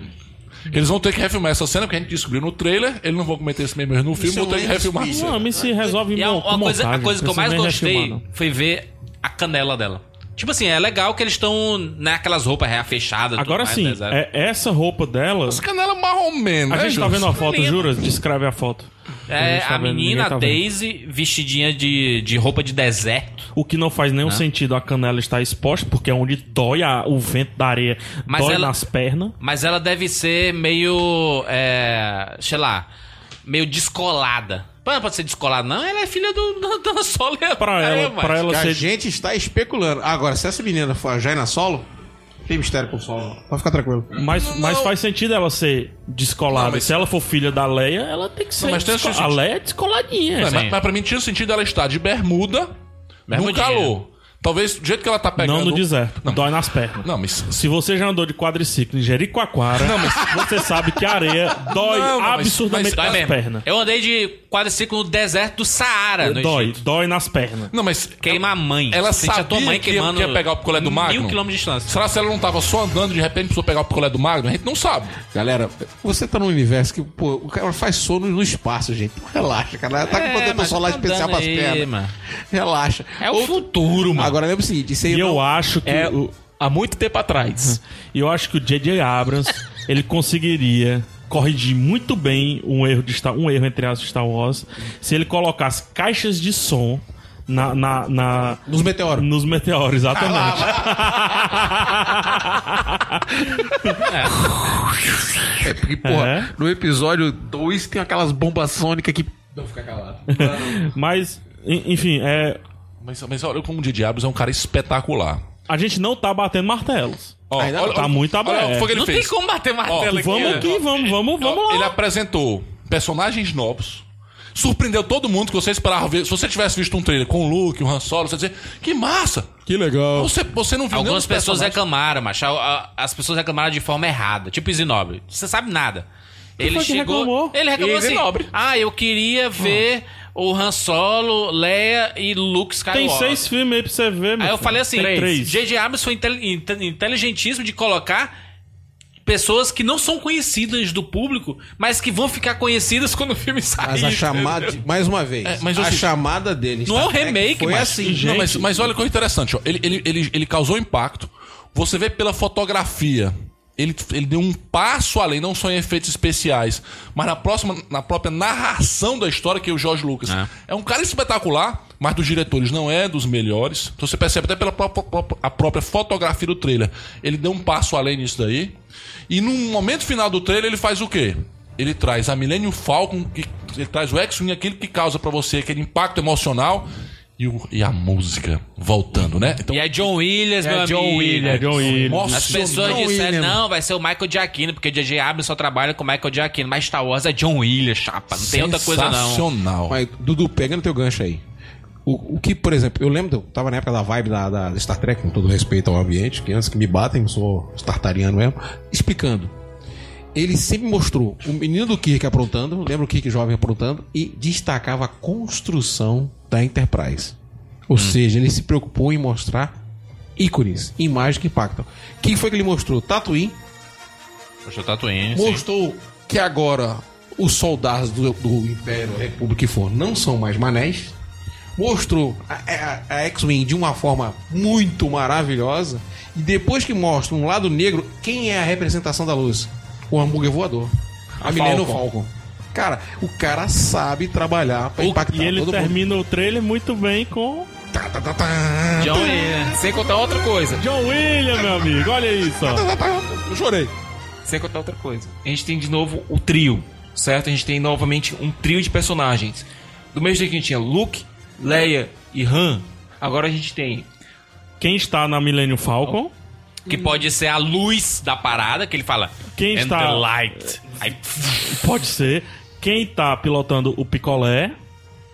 Eles vão ter que refilmar essa cena, porque a gente descobriu no trailer, eles não vão cometer esse mesmo erro no filme, Isso é vão ter que um refilmar. erro Não, mas se resolve E a, mo- uma com coisa, a montagem, coisa que eu precisa mais nem gostei refilmar, não. foi ver a canela dela. Tipo assim, é legal que eles estão naquelas roupas real fechadas. tudo Agora mais, sim, né, sabe? é, essa roupa dela. Essa canela marrom menos, A né, gente tá Jus? vendo a foto, Lindo. jura? Descreve a foto. É, gente tá a vendo, menina, ninguém tá a vendo. Daisy, vestidinha de, de roupa de deserto. O que não faz nenhum sentido a canela estar exposta, porque é onde dói a- o vento da areia, Mas dói ela- nas pernas. Mas ela deve ser meio. É, sei lá. Meio descolada. Pô, Ela pode ser descolada, não? Ela é filha do, do, do Solo. Pra É, ela, mas- pra ela Que a ser. gente está especulando. Agora, se essa menina for a Jaina Solo, tem mistério com o Solo. não. Pode ficar tranquilo. Mas, mas faz sentido ela ser descolada. Não, mas- Se ela for filha da Leia, ela tem que ser. mas tem desco- esse A sentido. Leia é descoladinha. É, Sim. mas, mas pra mim tinha sentido ela estar de bermuda no Bermudinha. calor. Talvez do jeito que ela tá pegando. Não no deserto. Não, Dói nas pernas. não mas. Se você já andou de quadriciclo em Jericoacoara, você sabe que a areia dói Não, mas- é absurdamente Dói mas nas mesmo. pernas. Eu andei de quadriciclo no deserto do Saara. No Dói, Egito. dói nas pernas. Não, mas. Queima a mãe. Ela Sente a tua sabia mãe que ia- queimando. que ia pegar o picolé do Magno? Mil quilômetros de distância. Será que ela não tava só andando e de repente precisou pegar o picolé do Magno? A gente não sabe. Galera, você tá num universo que, pô, o cara faz sono no espaço, gente. Então relaxa, cara. Tá com É, o protetor mas solar tá especial dando pras aí, pernas. mano. Relaxa. É o futuro, mano. Agora lembra o seguinte, isso aí E não- eu acho que. É o- o- há muito tempo atrás. E eu acho que o J.J. Abrams ele conseguiria corrigir muito bem um erro de Star, um erro entre as Star Wars se ele colocasse caixas de som na, na, na- Nos meteoros. nos meteoros, exatamente. Ah, É, porque, porra, É. no episódio 2 tem aquelas bombas sônicas que. Mas en- enfim, é, Mas, mas olha como o Didi Abrams é um cara espetacular. a gente não tá batendo martelos. Ó, Ainda tá muito olha o que foi que aberto. ele Não fez. tem como bater martelo aqui. Vamos né? aqui, vamos, vamos, vamos lá. Ele apresentou personagens novos. Surpreendeu todo mundo que você esperava ver. Se você tivesse visto um trailer com o Luke, o Han Solo, você ia dizer, que massa! é- Que legal. Você, você não viu nenhum Algumas dos pessoas personagens. reclamaram, macho. A- a- As pessoas reclamaram de forma errada. Tipo o Zinobre. Você sabe nada. Ele foi que chegou. reclamou? Hum. Ele reclamou E assim. Zinobre. Ah, eu queria ver o Han Solo, Leia e Luke Skywalker. Tem seis filmes aí pra você ver, meu Aí eu filho. falei assim, Tem três. J.J. Abrams foi intel- inte- inteligentíssimo de colocar pessoas que não são conhecidas do público, mas que vão ficar conhecidas quando o filme sair. Mas a chamada. Mais uma vez. É, mas, a assim, chamada dele. não é um Star Trek remake, Foi mas- assim. Não, mas, mas olha que interessante, ó. Ele, ele, ele, ele causou impacto. Você vê pela fotografia. Ele, ele deu um passo além, não só em efeitos especiais, mas na, próxima, na própria narração da história que é o Jorge Lucas. É. um cara espetacular, mas dos diretores não é dos melhores. Então você percebe até pela própria, própria- a própria fotografia do trailer. Ele deu um passo além nisso daí. E no momento final do trailer ele faz o quê? Ele traz a Millennium Falcon, que, ele traz o X-Wing, aquilo que causa pra você aquele impacto emocional. e, o- e a música voltando, né? Então, E é John Williams, meu É John amigo. Williams. É John Williams. Nossa, As pessoas John disseram, Williams. não, vai ser o Michael Giacchino, porque o J.J. Abrams só trabalha com o Michael Giacchino. Mas Star Wars é John Williams, chapa. Não tem outra coisa, não. Sensacional. Mas, Dudu, pega no teu gancho aí. O, o que, por exemplo, eu lembro, eu tava na época da vibe da, da Star Trek, com todo respeito ao ambiente, que antes que me batem, eu sou startariano mesmo, explicando. Ele sempre mostrou o menino do Kirk aprontando, lembra o Kirk jovem aprontando, e destacava a construção da Enterprise. Ou seja, ele se preocupou em mostrar ícones, imagens que impactam. Quem foi que ele mostrou? Tatooine, Poxa, tá Tatooine, sim. mostrou que agora os soldados do, do Império, República e for não são mais manéis. Mostrou a, a- a X-Wing de uma forma muito maravilhosa. E depois que mostra um lado negro, quem é a representação da luz? O hambúrguer voador. A Millennium Falcon. Cara, o cara sabe trabalhar pra impactar E ele todo mundo. termina o trailer muito bem com Tá, tá, tá, tá. Então, John é, Williams. Sem contar outra coisa. John Williams, meu amigo. Olha isso, ó. Tá, tá, tá. Eu chorei. Sem contar outra coisa. A gente tem de novo o trio, certo? A gente tem novamente um trio de personagens. Do mesmo jeito que a gente tinha Luke, Leia e Han, agora a gente tem. Quem está na Millennium Falcon? Que pode ser a luz da parada, que ele fala. Quem "And está- the light. Aí, Pode ser. Quem tá pilotando o picolé?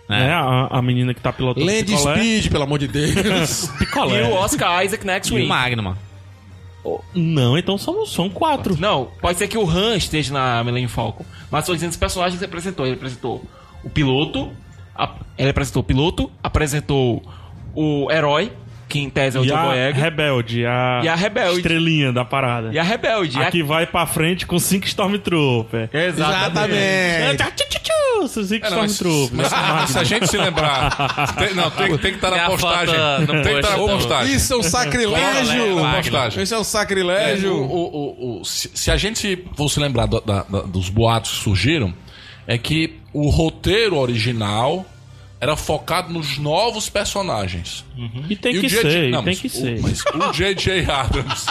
É. Né? A, a menina que tá pilotando o Land picolé. Speed, pelo amor de Deus. Picolé. E o Oscar Isaac na e o X-Wing. Magnum. Não, então são, são quatro. Não, pode ser que o Han esteja na Millennium Falcon. Mas estou dizendo os personagens que você apresentou. Ele apresentou o piloto, a- ele apresentou o piloto, apresentou o herói, que em tese é o E Django a Egg, Rebelde. A E a Rebelde. Estrelinha da parada. e a rebelde. A que vai pra frente com cinco Stormtrooper. Exatamente. Tchu-tchu-tchu, Cinco É, não, mas- Stormtrooper. mas- mas se a gente se lembrar. Tem, não, tem, tem que estar Tem na a postagem. foto no Tem que estar na post. postagem. Isso é um sacrilégio. Coloca lá, Wagner. Isso é um É, sacrilégio. o- o- o- o- se, se a gente fosse lembrar do- da- da- dos boatos que surgiram, é que o roteiro original era focado nos novos personagens. E tem E o que J.J. ser, não, tem mas que o- ser. Mas o J.J. Adams.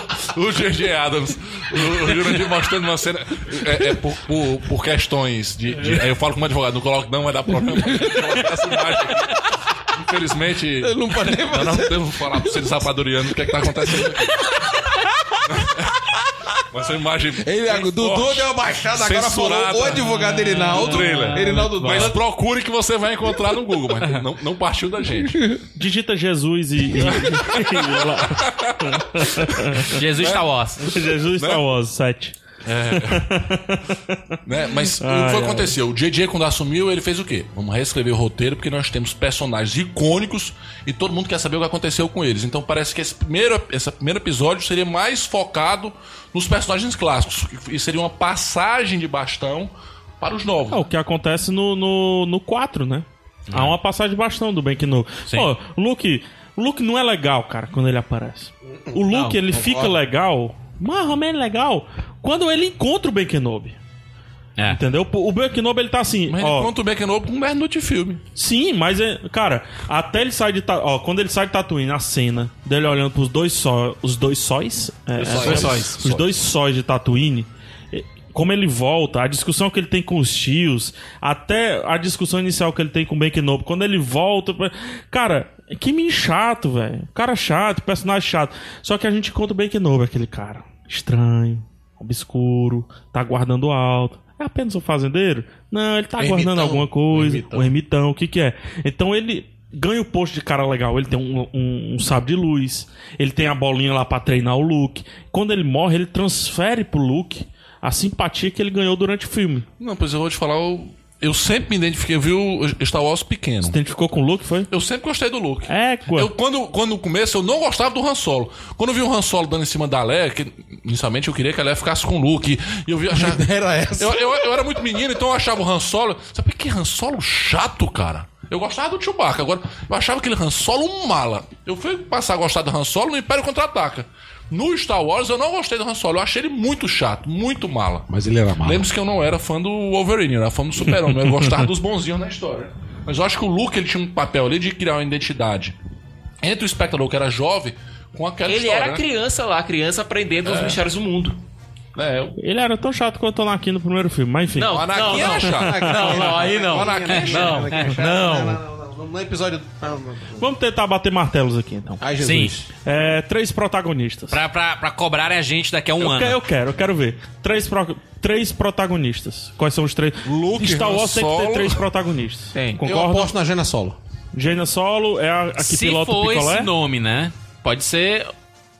o J.J. Adams. O o Jurandir mostrando uma cena. É, é por, por- por questões de. de- é, eu falo como advogado, não coloco, não vai dar problema. Coloca essa imagem. Infelizmente. Eu não, devo falar pro seres rapadurianos o que, é que tá acontecendo aqui. Mas é uma imagem. Ele, bem o Dudu forte. deu uma baixada agora, Censurada. falou o advogado Erinaldo. Trailer. Erinaldo Mas Dudu. procure que você vai encontrar no Google, mas não, não partiu da gente. Digita Jesus e. e- e lá. Jesus É. tá Star Wars. Jesus Star Wars 7. Né? Mas o que foi que aconteceu? O JJ, quando assumiu, ele fez o quê? Vamos reescrever o roteiro, porque nós temos personagens icônicos e todo mundo quer saber o que aconteceu com eles. Então parece que esse primeiro, esse primeiro episódio seria mais focado nos personagens clássicos. E seria uma passagem de bastão para os novos. É o que acontece no, no, no 4, né? Há uma passagem de bastão do Ben Kenobi. Pô, o Luke, o Luke não é legal, cara, quando ele aparece. O Luke, ele fica legal, mais ou menos legal, quando ele encontra o Ben Kenobi. É. Entendeu? O Ben Kenobi, ele tá assim, Mas ele ó... conta o Beckenobo com um minuto de filme. Sim, mas, é- cara, até ele sai de... Ta... Ó, quando ele sai de Tatooine, a cena dele olhando pros dois sóis... Os dois sóis? É, é, sóis. Os dois sóis de Tatooine... e- Como ele volta, a discussão que ele tem com os tios, até a discussão inicial que ele tem com o Ben Kenobi, quando ele volta... pra- Cara, que menino chato, velho. Cara chato, personagem chato. Só que a gente encontra o Ben Kenobi, aquele cara estranho, obscuro, tá guardando alto. É apenas um fazendeiro? Não, ele tá guardando Ermitão. alguma coisa. Ermitão. O ermitão, o que que é? Então ele ganha o posto de cara legal. Ele tem um, um, um sabre de luz. Ele tem a bolinha lá pra treinar o Luke. Quando ele morre, ele transfere pro Luke a simpatia que ele ganhou durante o filme. Não, pois eu vou te falar, eu, eu sempre me identifiquei, eu vi o Star Wars pequeno. Se identificou Então, com o Luke, foi? Eu sempre gostei do Luke. É, Eu, eu... quando, quando no começo eu não gostava do Han Solo. Quando eu vi o Han Solo dando em cima da Leia, que inicialmente eu queria que a Leia ficasse com o Luke. E eu vi achava, Era essa. eu, eu, eu era muito menino, então eu achava o Han Solo. Sabe que Han Solo chato, cara? Eu gostava do Chewbacca, agora eu achava aquele Han Solo um mala. Eu fui passar a gostar do Han Solo no Império Contra-Ataca. No Star Wars eu não gostei do Han Solo, eu achei ele muito chato, muito mala. Mas ele era mal. Lembre-se que eu não era fã do Wolverine, eu era fã do Super-Homem. Eu gostava dos bonzinhos na história. Mas eu acho que o Luke ele tinha um papel ali de criar uma identidade entre o espectador que era jovem com aquela Ele história. né? era criança lá, criança aprendendo É. os mistérios do mundo. né? É, o- Ele era tão chato quanto o Anakin no primeiro filme, mas enfim. o Não, Anakin não, era não. chato. Não, não, aí não. O Anakin é chato. Não, não. No episódio. Vamos tentar bater martelos aqui, então. Ai, Sim. Jesus. É, três protagonistas. Pra, pra, pra cobrarem a gente daqui a um Eu, ano. que- eu quero, eu quero ver. Três, pro- três protagonistas. Quais são os três? Luke, Star Han Wars tem que ter Solo. três protagonistas. Tem. Eu Concordo? aposto na Jana Solo. Jaina Solo é a, a que Se pilota o for picolé? esse nome, né? Pode ser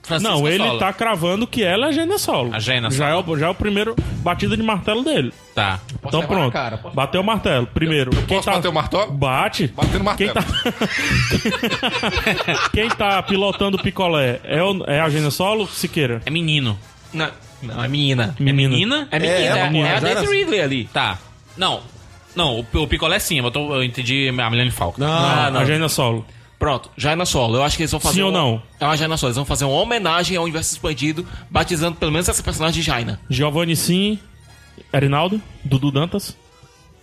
Francisco Não, ele Sola. tá cravando que ela é a Jaina Solo. A Jaina já, é o, já é o primeiro batida de martelo dele. Tá. levar então na pronto. cara, posso- Bateu o martelo. Primeiro. eu quem tá posso bater o martelo? Bate. Batendo martelo. Quem tá, quem tá pilotando o picolé é, o- é a Jaina Solo, Siqueira? É menino. Não, não, é menina. Menina. Menina? É menina, É, é, ela, é, pô, a já era- Daisy Ridley ali. Tá. Não. Não, o, o picolé sim, eu, tô- eu entendi a Milene Falco. Ah, A Jaina Solo. Pronto, Jaina Solo. Eu acho que eles vão fazer. Sim ou um- não? É uma Jaina Solo. Eles vão fazer uma homenagem ao universo expandido, batizando pelo menos essa personagem de Jaina. Giovanni Sim, Erinaldo, Dudu Dantas.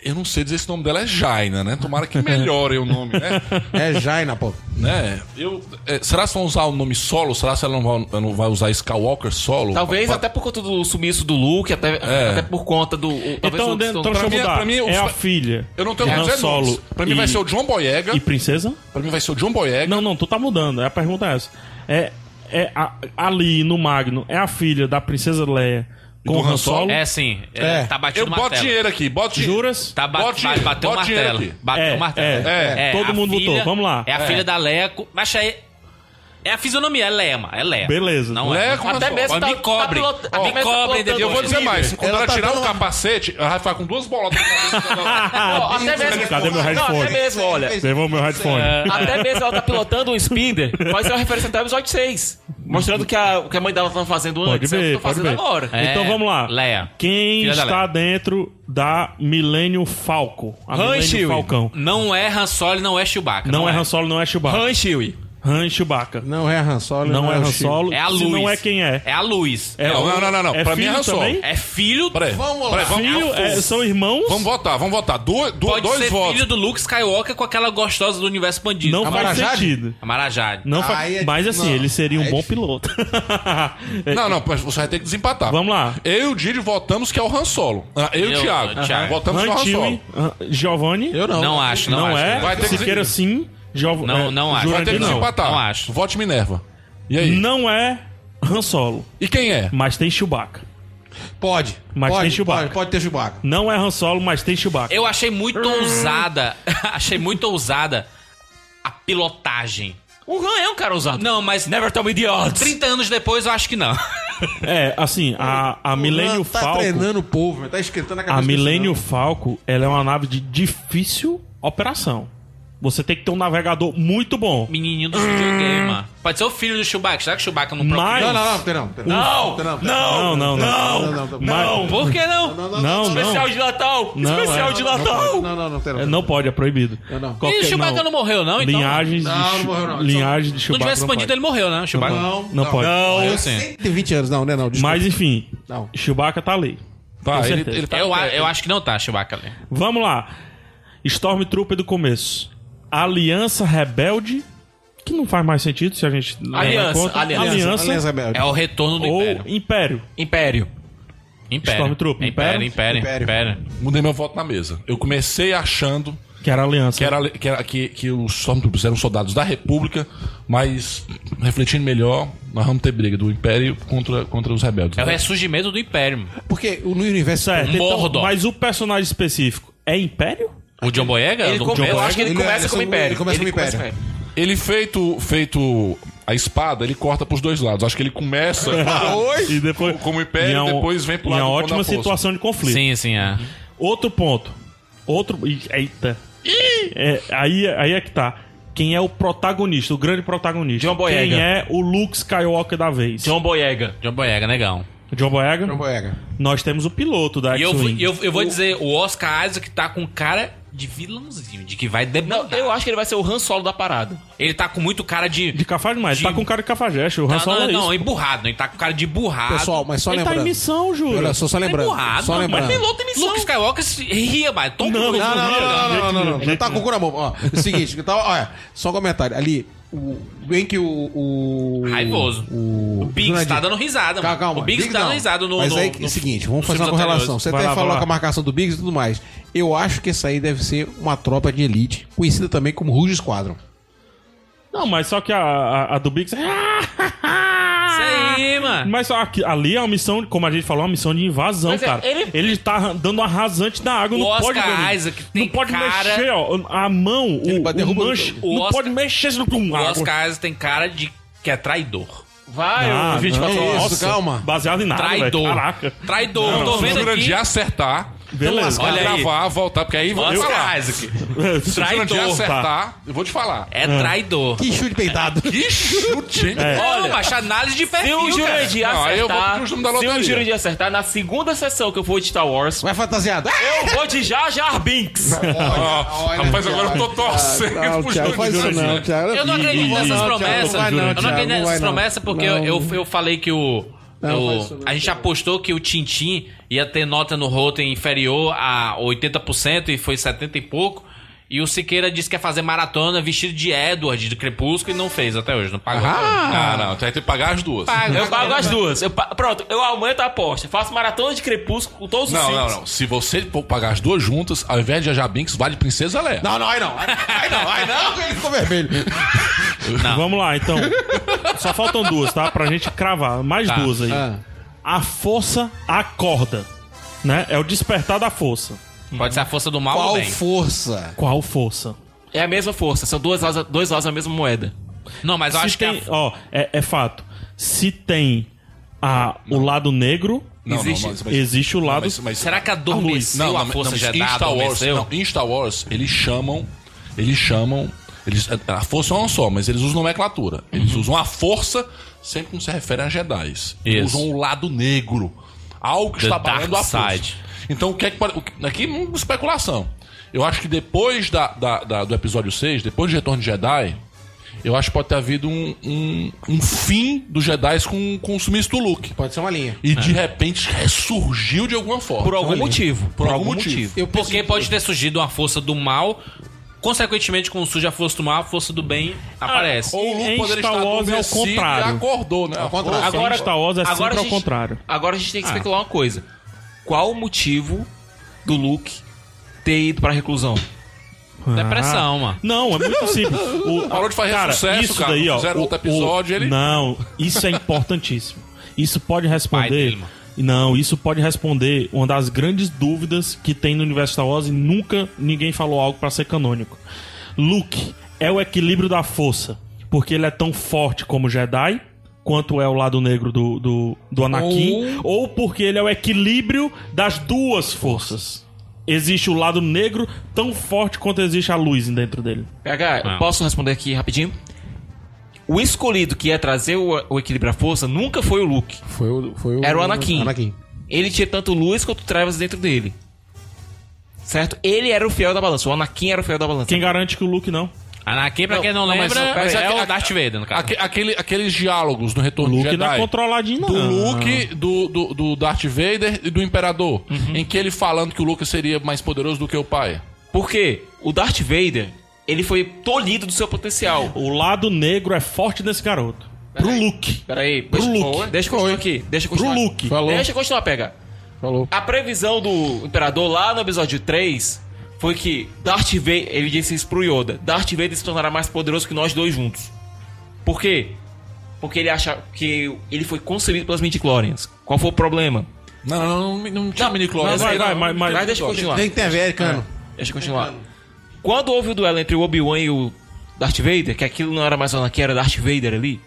Eu não sei dizer se o nome dela é Jaina, né? Tomara que melhore o nome, né? É Jaina, pô. né? Eu, é, será que vão usar o nome solo? Será que ela não vai, ela não vai usar Skywalker solo? Talvez Pra- até por conta do sumiço do Luke, até, até por conta do. o- Talvez Então, o- dentro, então pra deixa eu mim é- mudar. pra mim, os é a fa- filha. Eu não tenho Han como dizer É, Solo nomes. Pra mim vai e- ser o John Boyega. E princesa? Pra mim vai ser o John Boyega. Não, não, tu tá mudando. A pergunta é essa. É, é a- ali no Magno, é a filha da princesa Leia com do o Han Han Solo? Solo? É sim. É. É, Tá eu batendo boto martelo. dinheiro aqui, boto dinheiro. Juras? Tá ba Bote- ba bateu o bote dinheiro martelo. aqui. Bateu É, o martelo. é, é. Todo a mundo votou. Vamos lá. É a É. filha da Leia. com- Mas aí. É a fisionomia, é Leia, mano. É Leia. Beleza. Não é. Leia com Até Han Solo. mesmo Mas me tá- cobre. tá pilota- me até mesmo cobrem tá E eu vou dizer Inclusive, mais. Quando ela, tá tirar dando o uma- capacete, ela vai ficar com duas bolotas. Ó, até mesmo. Cadê não, meu headphone? até É mesmo, olha. Levou meu headphone. Até mesmo ela tá pilotando um Spinder, vai ser uma referência até o episódio 6. Mostrando que a, o que a mãe dela tá fazendo Pode antes, ver, eu tô fazendo pode ver. agora. É, Então vamos lá. Leia. Quem Filha da está dentro da Milênio Falco? A Millennium Chewie. Falcão. Não é Han Solo e não é Chewbacca. Não, é Han Solo, não é Chewbacca. Han Chewie. Han, e Chewbacca. Não é Han Solo. Não, é o Han Chico. Solo. É a Se luz. não é quem é. É a luz. É Não, o- não, não, não, não. É pra mim é filho Han Solo. também? É filho. Peraí. Vamos lá. Peraí, vamos- Filho, é, são irmãos. Vamos votar, vamos votar. Du, du- Pode dois ser votos. filho do Luke Skywalker com aquela gostosa do universo bandido. não A faz Marajade? sentido. A Marajade. Não fa- Aí é- Mas assim, não. ele seria um Aí é bom piloto. É, Não, não, mas você vai ter que desempatar. Vamos lá. Eu e o Didi votamos que é o Han Solo. Ah, Eu e Eu, o Thiago. o Thiago. Aham. Votamos no Han Han Chewie, Solo. Han- ah, Giovanni. Eu não. Não, acho, né? não, Não, acho. é. Vai ter que- Siqueira sim. Giov... Não, é, não acho. Vai ter que Jurandir, não. desempatar. Não acho. Vote Minerva. E aí? Não é Han Solo, E quem é? mas tem Chewbacca. Pode. Mas pode, tem Chewbacca. Pode, pode ter Chewbacca. Não é Han Solo, mas tem Chewbacca. Eu achei muito ousada. achei muito ousada a pilotagem. O Han é um cara usado. Não, mas Never tell me the odds. 30 anos depois eu acho que não. É, assim, a, a Milênio tá Falco... treinando o povo, mas tá esquentando a cabeça. A Milênio desse Falco, ela é uma nave de difícil operação. Você tem que ter um navegador muito bom. Menininho do videogame, mano. Pode ser o filho do Chewbacca. Será que o Chewbacca não Mas- não. Não, não, não, tem não. tem Não, tem não. tem Não, não, não. Não, não, não. Mas- Por que não? um não, não. Especial de Natal. Não, Especial é. de Não, pode. Natal. não, não, não tem É, não. Não pode, é proibido. Não, não. E o Chewbacca não, não morreu, não? Então, Linhagens de, Não, Chu- não morreu, não. então. Linhagens de não Chewbacca tivesse expandido, ele não pode. morreu, né? O Chewbacca. Não, Não pode. Eu Morreu sim. 120 anos, não, né? Não, desculpa. Mas enfim, Não. Chewbacca tá ali. Tá, Com ele, certeza. ele tá. Eu, a- eu acho que não tá, Chewbacca. ali. Vamos lá. Stormtrooper do começo. Aliança Rebelde, que não faz mais sentido se a gente levar em Aliança, conta. aliança, aliança, Aliás, Abel, É o retorno do ou Império. Império. Império. Império. Stormtrooper, Império, Império? Império, Império. Império. Mudei meu voto na mesa. Eu comecei achando Que era Aliança. que, era, que, era- que, que os Stormtroopers eram soldados da República, mas refletindo melhor, nós vamos ter briga do Império contra, contra os rebeldes. né? É o ressurgimento do Império. mano. Porque o- no universo. Certo, então, Mordor. mas o personagem específico é Império? O John Boyega? Ele Do come- John eu acho que ele, Ele- começa ele- como ele Império. começa como Império. Ele feito, feito a espada, ele corta pros dois lados. Acho que ele começa Oi? E depois, como Império, e é um- depois vem pro e é lado uma do ótima da força. situação de conflito. Sim, sim, é. Outro ponto. Outro. Ih, Eita. É, aí, aí é que tá. Quem é o protagonista, o grande protagonista? John Boyega. Quem é o Luke Skywalker da vez? John Boyega. John Boyega, negão. John Boyega? Não, Boyega. Nós temos o piloto da E eu, vou- X-Wing. eu, eu vou dizer, o Oscar Isaac tá com cara de vilãozinho, de que vai Não, debandar. eu acho que ele vai ser o Han Solo da parada. Ele tá com muito cara de... De cafajeste, mas ele tá De- com cara de cafajeste. O Han Não, Solo não, é não, isso. emburrado. Ele tá com cara de burrado. é Pessoal, mas só ele tá em lembrando. missão, Júlio. Olha só, só lembrando. Tá emburrado. Só mas lembrando. piloto em missão. Luke Skywalker se ria, mas... Tom Não, Cruise Não, não, ria, né? não, não, não, não, não, não, Jeito Tá com o cu na mão. Ó, é o seguinte, então, olha, é, só um comentário. Ali, o- bem que o. o Raivoso. O, O Biggs Jurandir- tá dando risada, mano. é Calma, calma. o Biggs, tá não. dando risada no. Mas no, aí, é o seguinte, vamos fazer uma filmes correlação. anteriores. Você Vai até lá, vai falou lá. com a marcação do Biggs e tudo mais. Eu acho que essa aí deve ser uma tropa de elite, conhecida também como Rouge Squadron. Não, mas só que a, a, a do Biggs. Isso Ah. aí, mano. Mas só que ali é uma missão, como a gente falou, é uma missão de invasão, Mas é- cara. ele- Ele... tá dando arrasante na água, O não Oscar pode Danilo. Isaac tem Não pode cara- mexer, ó. A mão, o, vai o derrubar o- manche. o não Oscar- pode mexer no Ah, O Oscar é Isaac tem cara de que é traidor. Vai, Ah, ô 24 não. horas. Isso, calma. Baseado em Ah, nada, velho. Traidor. Caraca. Traidor. Não, Tô tô vendo aqui. de acertar. um Beleza. Olha aí. gravar, voltar, porque aí vou te falar. Oscar Isaac. Se de Traidor, acertar, eu vou te falar. É traidor. Que chute peitado. Que chute, hein? Olha, macho, análise de Se perfil, o cara. Jurandir Não, aí eu vou acertar, pro costume da se o loteria. Jurandir acertar, na segunda sessão que eu for de Star Wars, Vai fantasiado. Ah, eu vou de Jar Jar Binks. Ó, rapaz, agora eu tô torcendo Não, pro Thiago, faz isso Jurandir. não, Thiago. é Eu não acredito Não, nessas Thiago, promessas. vai não, eu não Thiago, acredito não vai nessas não. promessas porque eu, Não. eu, eu falei que o. Não, o- faz isso não, a gente apostou que o Tintim ia ter nota no Rotten inferior a 80% e foi 70 e pouco. E o Siqueira disse que ia fazer maratona vestido de Edward, de Crepúsculo, e não fez até hoje. Não pagou. Ah, não, tem que pagar as duas. Paga. Eu pago as duas. Eu pa- Pronto, eu aumento a aposta. Faço maratona de crepúsculo com todos os Não, filmes. não, não. Se você for pagar as duas juntas, ao invés de Jaja Binks, vale Princesa Leia. Não, não, aí não. Aí não, aí não, ele ficou vermelho. Vamos lá, então. Só faltam duas, tá? Pra gente cravar. Mais duas aí. Ah. A força acorda. Né? É o despertar da força. Pode ser a força do mal ou Qual bem. força? Qual força? É a mesma força, são duas asas, dois lados da mesma moeda. Não, mas eu Se acho tem, que. a- ó, é, é fato. Se tem a, o lado negro, Não, não, Existe- mas- mas- existe o lado. mas- mas- Será que adormeceu Não, a não, força é não, mas Jedi? em Star Wars, adormeceu? não, em Star Wars, eles chamam. Eles chamam. Eles, a força é uma só, mas eles usam nomenclatura. Eles Uhum. usam a força sempre quando se refere a Jedi. Eles Isso. usam o lado negro. Algo que The está dark parando a força. side. Então, o que é que. pare- o que- Aqui, hum, especulação. Eu acho que depois da, da- da- do episódio 6, depois do Retorno de Jedi, eu acho que pode ter havido um, um, um fim dos Jedi com, com o sumiço do Luke. Pode ser uma linha. E É. de repente ressurgiu de alguma forma. Por algum motivo. Por, algum, motivo. Eu penso- Porque pode ter surgido uma força do mal. Consequentemente, quando surge a força do mal, a força do bem aparece. Ou o Luke Em poderia Star Wars estar é o adormecido contrário. E acordou, né? Ao contrário. Agora, Agora- Star Wars é agora sempre a ao gente- contrário. Agora a gente tem que especular uma coisa. Qual o motivo do Luke ter ido pra reclusão? Depressão, mano. Não, é muito simples. O, Parou de fazer cara, sucesso, isso cara. Daí, ó, Fizeram o- outro episódio, o- ele- Não, isso é importantíssimo. Isso pode responder. Pai dele, mano. não, isso pode responder uma das grandes dúvidas que tem no universo Star Wars e nunca ninguém falou algo pra ser canônico. Luke é o equilíbrio da força, porque ele é tão forte como Jedi, quanto é o lado negro do, do, do Anakin, ou... porque ele é o equilíbrio das duas forças. Existe o lado negro tão forte quanto existe a luz dentro dele. PH, eu posso responder aqui rapidinho? O escolhido que ia trazer o, o equilíbrio à força nunca foi o Luke. Foi o, foi o... Era o Anakin. Anakin. Ele tinha tanto luz quanto trevas dentro dele. Certo? Ele era o fiel da balança. O Anakin era o fiel da balança. Quem garante que o Luke não? Anakin, pra Não, quem não, não, mas- lembra, mas é, aque- o Darth Vader, no caso. Aque- aquele- aqueles diálogos no Retorno Luke de não é Jedi. controladinho, não. do Luke, do, do, do Darth Vader e do Imperador. Uhum. Em que ele falando que o Luke seria mais poderoso do que o pai. Porque o Darth Vader, ele foi tolhido do seu potencial. O lado negro é forte desse garoto. Pro É. Luke. Pera aí, deixa, Luke. deixa eu continuar aqui. Deixa eu continuar. Pro Luke. Falou. Deixa eu continuar, pega. Falou. A previsão do Imperador lá no episódio 3 foi que Darth Vader, ele disse isso pro Yoda, Darth Vader se tornará mais poderoso que nós dois juntos. Por quê? Porque ele acha que ele foi concebido pelas midichlorians. Qual foi o problema? Não, não, não, não, não tinha mini né? Mas vai, vai, mas- mas- Mas deixa eu continuar. É, Tem que ter velho, né? cano. Deixa eu continuar. Quando houve o duelo entre o Obi-Wan e o Darth Vader, que aquilo não era mais o Anakin, era Darth Vader ali.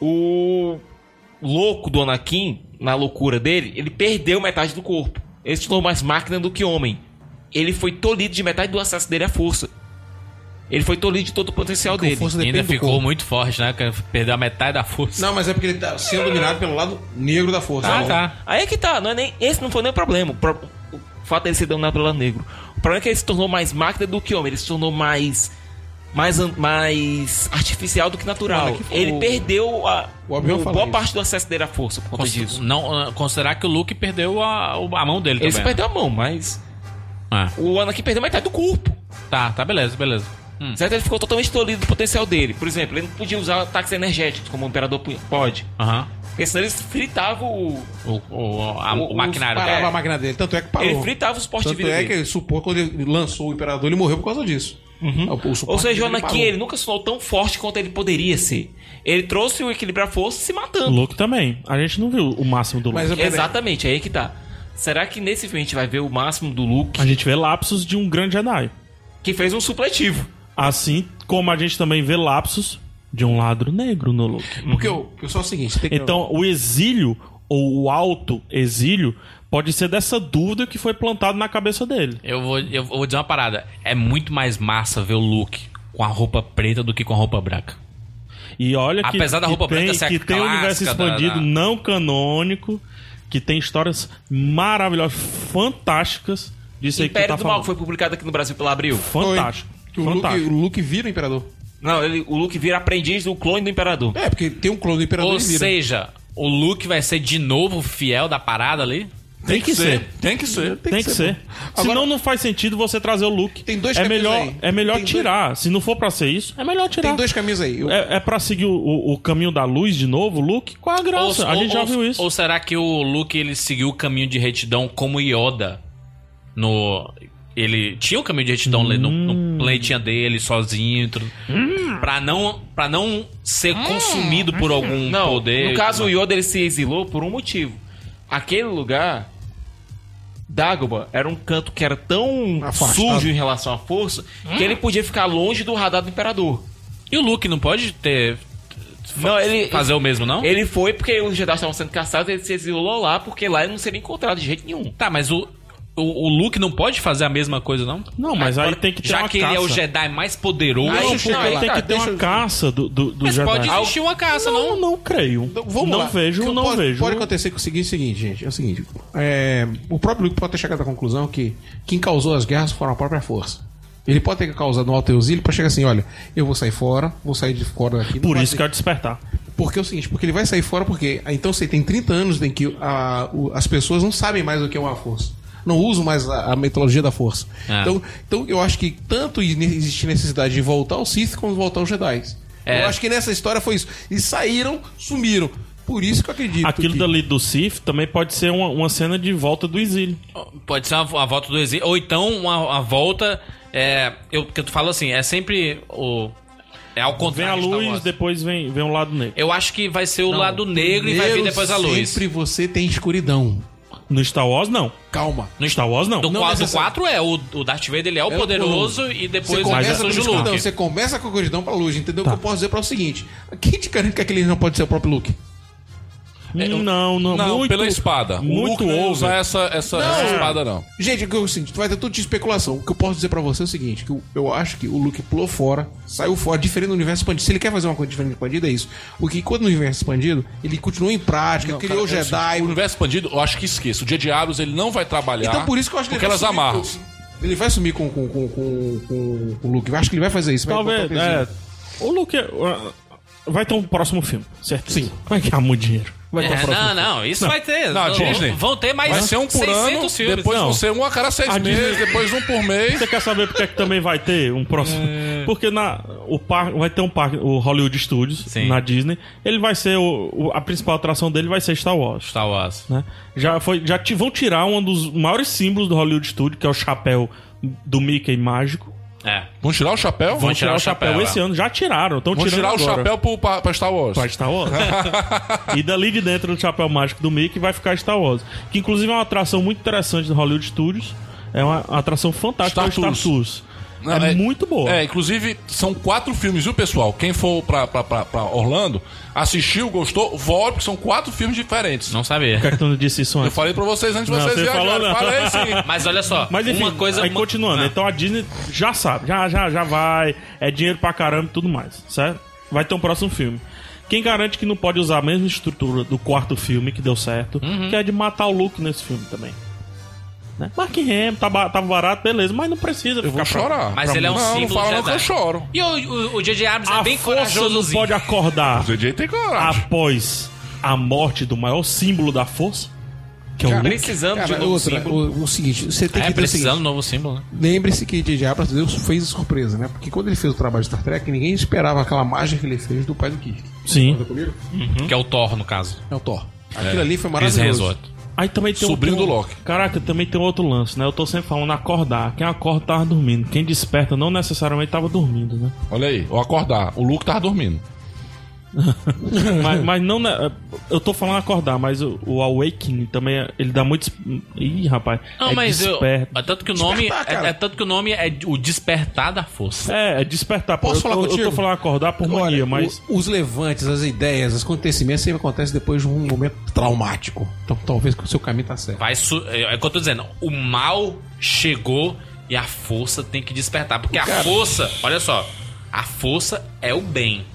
O louco do Anakin, na loucura dele, ele perdeu metade do corpo. Ele se tornou mais máquina do que homem. Ele foi tolhido de metade do acesso dele à força. Ele foi tolhido de todo o potencial dele. força E ainda depende do ficou corpo. muito forte, né? que Perdeu a metade da força. Não, mas é porque ele tá sendo dominado pelo lado negro da força. Ah, Não. tá. Aí é que tá, não é nem, esse não foi nem o problema. O, pro- o fato dele ser dominado pelo lado negro. O problema é que ele se tornou mais máquina do que homem, ele se tornou mais. Mais, an- mais artificial do que natural. Mano, que foi- ele perdeu a, O Obi-Wan o- fala boa isso. parte do acesso dele à força por conta Cons- disso. Não, ah, considerar que o Luke perdeu a, o- a mão dele Ele se também. perdeu a mão, mas Ah, o Anakin perdeu metade do corpo. tá, tá, beleza, beleza. Certo? Ele ficou totalmente tolhido do potencial dele. Por exemplo, ele não podia usar ataques energéticos, como o Imperador pu- pode. Aham. Porque senão ele fritava o. O, o, a- o O- maquinário. os É. Parava a máquina dele. Tanto é que parou. Ele fritava o suporte de Tanto vida é dele. que ele supor quando ele lançou o Imperador, ele morreu por causa disso. O- o suporte Ou seja, o dele Anakin, parou. ele nunca sonou tão forte quanto ele poderia ser. Ele trouxe o equilíbrio à força se O matando. Luke também. A gente não viu o máximo do Luke. Mas eu- peraí. Exatamente, aí que tá. Será que nesse filme a gente vai ver o máximo do Luke, A gente vê lapsos de um grande Jedi. que fez um supletivo? Assim como a gente também vê lapsos de um ladro negro no Luke. Porque o pessoal é o seguinte, tem que... Então, o exílio, ou o alto exílio, pode ser dessa dúvida que foi plantada na cabeça dele. Eu vou, eu vou dizer uma parada. É muito mais massa ver o Luke com a roupa preta do que com a roupa branca. E olha que, Apesar da que roupa tem, preta ser a que tem um universo clássica da- expandido da- não canônico, que tem histórias maravilhosas, fantásticas disso aí que tu Império tá do Mal, falando. que foi publicado aqui no Brasil pela Abril. Fantástico. O Luke, Fantástico. o Luke vira o Imperador. Não, ele- o Luke vira aprendiz do clone do Imperador. É, porque tem um clone do Imperador Ou e vira. seja, o Luke vai ser de novo fiel da parada ali? Tem que ser. Tem que ser. Tem, que ser. Senão não faz sentido você trazer o Luke. Tem dois é caminhos melhor aí. É melhor Tem dois- tirar. Se não for pra ser isso, é melhor tirar. Tem dois caminhos aí. Eu- É, é pra seguir o, o- o caminho da luz de novo, Luke? Qual a graça? a gente já viu isso. Ou será que o Luke ele seguiu o caminho de retidão como Yoda? No. Ele tinha o caminho de retidão le- no, no planeta dele, sozinho. e Tudo, pra, não, pra não ser consumido por algum Não, poder. no caso, o Yoda ele se exilou por um motivo. Aquele lugar, Dagobah, era um canto que era tão Afastado. sujo em relação à força Hum? que ele podia ficar longe do radar do Imperador. E o Luke não pode ter. Não, ele, Fazer o mesmo, não? ele foi porque os Jedi estavam sendo caçados, ele se exilou lá porque lá ele não seria encontrado de jeito nenhum. Tá, mas o, o, o Luke não pode fazer a mesma coisa, não? Não, mas aí tem que ter Já uma que caça. ele é o Jedi mais poderoso. Aí, Não, Deixa porque eu chegar tem lá. que Tá, ter uma deixa eu- caça do, do, do mas Jedi. pode existir uma caça, não? Não, não creio. Então, vamos não lá. vejo, O que não pode, vejo. Pode acontecer com o seguinte, seguinte, gente. É o seguinte. é, o próprio Luke pode ter chegado à conclusão que quem causou as guerras foram a própria força. Ele pode ter causado um alto exílio pra chegar assim, olha, eu vou sair fora, vou sair de fora daqui. não Por vai isso que é o despertar. Porque é o seguinte, porque ele vai sair fora porque ah, então você tem 30 anos em que a- o- as pessoas não sabem mais o que é uma força. Não usam mais a, a metodologia da força. É. Então, então eu acho que tanto ne- existe necessidade de voltar ao Sith como voltar aos Jedi. É. Eu acho que nessa história foi isso. E saíram, sumiram. Por isso que eu acredito. Aquilo que... dali do Sif também pode ser uma, uma cena de volta do exílio. Pode ser uma, a volta do exílio. Ou então uma, uma volta. É, eu, porque tu fala assim, é sempre o. É ao Vem contrário. a de Star Wars. luz, depois vem, vem um lado negro. Eu acho que vai ser o lado negro e vai vir Primeiro depois a luz. Sempre você tem escuridão. No Star Wars, não. Calma. No Star Wars, não. Do Não 4, do necessário. 4 é, o, o Darth Vader ele é o É o um poderoso Luke. e Você depois começa, começa com o escuridão, Luke. você começa com a escuridão pra luz, entendeu? Tá. O que eu posso dizer pra você é o seguinte: quem te garante que aquele não pode ser o próprio Luke? Hum, não, não. É, Não, muito- pela espada. o Muito Luke não usa over. essa, essa, essa espada, não. Gente, o que eu sinto, vai ter tudo de especulação. O que eu posso dizer pra você é o seguinte: que eu, eu acho que o Luke pulou fora, saiu fora, diferente do universo expandido. Se ele quer fazer uma coisa diferente do expandido, é isso. Porque quando no universo é expandido, ele continua em prática, criou o Cara, é assim, Jedi. O universo expandido, eu acho que esqueço. O Dia de Abros, ele não vai trabalhar. Então por isso que eu acho que tá? Porque elas vai sumir amarram. com- Ele vai sumir com, com, com, com, com- com o Luke. Eu acho que ele vai fazer isso. vai Talvez. botar o pezinho. É, o Luke. é, uh, Vai ter um próximo filme, certo? é Sim. Vai ganhar muito dinheiro. Vai ter um É, próximo não, filme. não, isso vai ter. Não, Disney. Vão ter mais Vai ser um por 600 ano, filmes. depois Não. vão ser um a cada seis A Disney- meses, depois um por mês. Você quer saber porque é que também vai ter um próximo? É. Porque na, o par, vai ter um parque, o Hollywood Studios, Sim. na Disney. Ele vai ser. O, o- a principal atração dele vai ser Star Wars. Star Wars. né? Já, foi, já te, vão tirar um dos maiores símbolos do Hollywood Studios, que é o chapéu do Mickey mágico. É. Vão tirar o chapéu? Vão tirar o chapéu, esse é. ano. Já tiraram. Estão Vão tirando tirar o agora. chapéu pro, pra, pra Star Wars. Pra Star Wars. e dali de dentro do chapéu mágico do Mickey vai ficar Star Wars. Que inclusive é uma atração muito interessante do Hollywood Studios. É uma atração fantástica do Star Star Tours. Tours. Não, é, muito boa. É, inclusive, são quatro filmes, viu, pessoal? Quem for pra, pra, pra, pra Orlando, assistiu, gostou, volte, porque são quatro filmes diferentes. Não sabia. Por que é que tu não disse isso Eu antes? falei pra vocês antes de Não, vocês você falou né? viajarem. não. Falei sim. Mas olha só, Mas enfim, uma coisa. aí uma- continuando. né? Ah. Então a Disney já sabe, já, já, já vai. É dinheiro pra caramba e tudo mais, certo? Vai ter um próximo filme. Quem garante que não pode usar a mesma estrutura do quarto filme que deu certo, Uhum. que é de matar o Luke nesse filme também. Né? Mark Hamill, tá, ba- tá barato, beleza, mas não precisa Eu ficar vou chorar. Mas ele é um não, símbolo Não fala não que Jedi. eu choro. E o- o o J.J. Abrams Tá é A bem força não corajoso. pode acordar O DJ tem coragem. após a morte do maior símbolo da força? Que é o Luke. Precisando de um Cara, novo outra, símbolo. o, o seguinte, você tem É, que ter o precisando seguinte. de um novo símbolo, né? Lembre-se que J.J. Abrams Deus fez surpresa, né? Porque quando ele fez o trabalho de Star Trek, ninguém esperava aquela mágica que ele fez do pai do Kirk. Sim. Tá comigo? Que é o Thor, no caso. É o Thor. Aquilo ali foi Chris maravilhoso. Hemsworth. Aí também tem Sobrinho outro- do Loki. Caraca, também tem outro lance, né? Eu tô sempre falando acordar. Quem acorda tava dormindo. Quem desperta não necessariamente tava dormindo, né? Ah, Olha aí, ao acordar, o Luke tava dormindo. mas, mas não. né, Eu tô falando acordar, mas o, o Awakening também. é- Ele dá muito. es- Ih, rapaz. Não, é mas eu, desperta. é tanto que o nome Despertar, é, cara. é tanto que o nome é o despertar da força. É, é despertar. Posso eu, falar eu, eu contigo? tô falando acordar por mania, Olha, mas. o- os levantes, as ideias, os acontecimentos sempre acontecem depois de um momento traumático. Então talvez que o seu caminho tá certo. Vai su- é, é o que eu tô dizendo, o mal chegou e a força tem que despertar, porque a força, olha só, a força é o bem.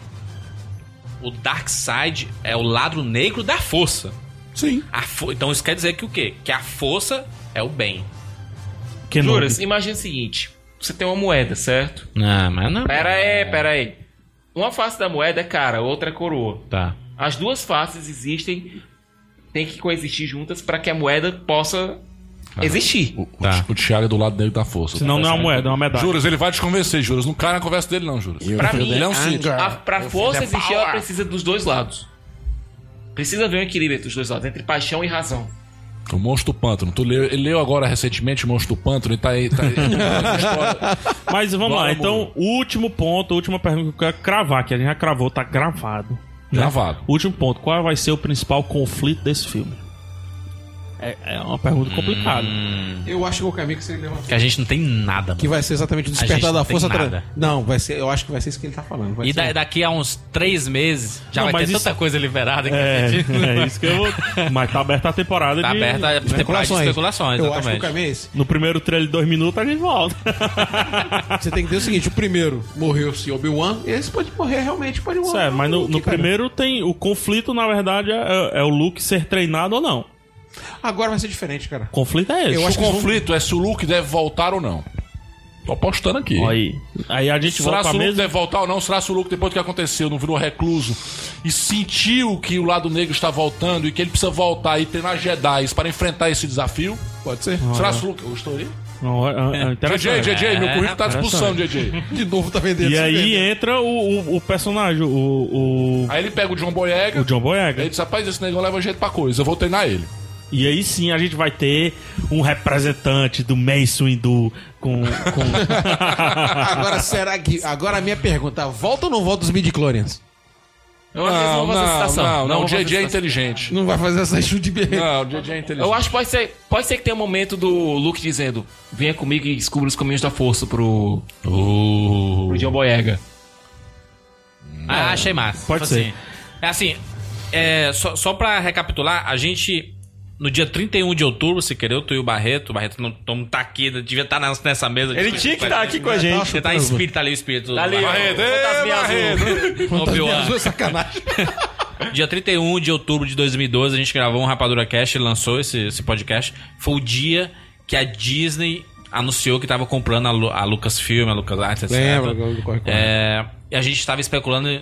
O dark side é o lado negro da força. Sim. A fo- Então isso quer dizer que o quê? Que a força é o bem. Kenobi. Juras, imagina o seguinte: você tem uma moeda, certo? Não, Ah, mas não. Pera aí, pera aí. Uma face da moeda é cara, outra é coroa. Tá. As duas faces existem, tem que coexistir juntas para que a moeda possa existir. O, Tá. o, o Thiago é do lado negro da força. Senão não é uma moeda, é uma medalha. Juras, ele vai te convencer, Juras. Não cai na conversa dele, não, Juras. Pra mim, ele é um a- Cid. Ah, a, pra força existir, ela precisa dos dois lados. Precisa haver um equilíbrio entre os dois lados, entre paixão e razão. O Monstro do Pântano. Tu leu, ele leu agora recentemente o Monstro do Pântano e tá aí. Tá aí Mas vamos lá, Bora, então, o último ponto, a última pergunta que eu quero cravar, que a gente já cravou, tá gravado. né? Gravado. Último ponto, qual vai ser o principal conflito desse filme? É, é uma pergunta complicada. Hum. Eu acho que é o caminho que você levantou. Que a gente não tem nada, Que mano. vai ser exatamente o gente despertar não da tem força. tra- nada. Não, vai ser, eu acho que vai ser isso que ele tá falando. vai E ser- da- daqui a uns três meses já Não, vai ter mas isso- tanta coisa liberada que É, a gente é isso que eu vou... Mas tá aberta a temporada tá de... aberta a temporada de especulações, eu acho que o exatamente. caminho é esse. No primeiro trailer de dois minutos a gente volta. Você tem que ter o seguinte: o primeiro morreu-se Obi-Wan, um esse pode morrer realmente pode morrer. Sério, mas no, Luke, no cara. primeiro tem... O conflito, na verdade, é, é o Luke ser treinado ou não. O Agora vai ser diferente, cara. conflito é esse. Eu acho o que eles conflito é se o Luke deve voltar ou não. Tô apostando aqui. Aí, aí a gente Será volta se pra o Luke mesa... deve voltar ou não? Será se o Luke, depois do que aconteceu, não virou recluso e sentiu que o lado negro está voltando e que ele precisa voltar e treinar Jedi para enfrentar esse desafio? Pode ser. Uhum. Será se o Luke. Eu estou ali? Não, é- é- é DJ, interessante. DJ, meu currículo tá à disposição, DJ. De novo tá vendendo. E se aí vendendo. entra o, o- o personagem, o, o, Aí ele pega o John Boyega. o John E Aí Boyega. ele diz, rapaz, esse negão leva jeito pra coisa, eu vou treinar ele. E aí sim a gente vai ter um representante do Mace Windu com... com... Agora, será que. Agora a minha pergunta: volta ou não volta os midi-chlorians? Eu acho que eles vão fazer citação. não, não, vão o fazer JJ é citação. inteligente. Não vai fazer essa chute de Não, o JJ é inteligente. Eu acho que pode ser, pode ser que tenha um momento do Luke dizendo: Venha comigo e descubra os caminhos da força pro, pro John Boyega. Ah, achei massa. Pode Tipo ser. Assim, é assim, é, só, só pra recapitular, a gente, no dia 31 de outubro, se querer, eu, tu e o Barreto, o Barreto não, não tá aqui, devia estar nessa mesa. Ele tinha que estar aqui com a gente. Você tá em espírito, tá ali o espírito. Tá ali, do Barreto. ó. Fantasminha azul. Obi-Wan. azul é sacanagem. Dia 31 de outubro de 2012, a gente gravou um Rapadura Cast e lançou esse, esse podcast. Foi o dia que a Disney anunciou que tava comprando a, Lu, a Lucasfilm, a LucasArts, etc. Lembra, agora do corre-corre. É, e a gente estava especulando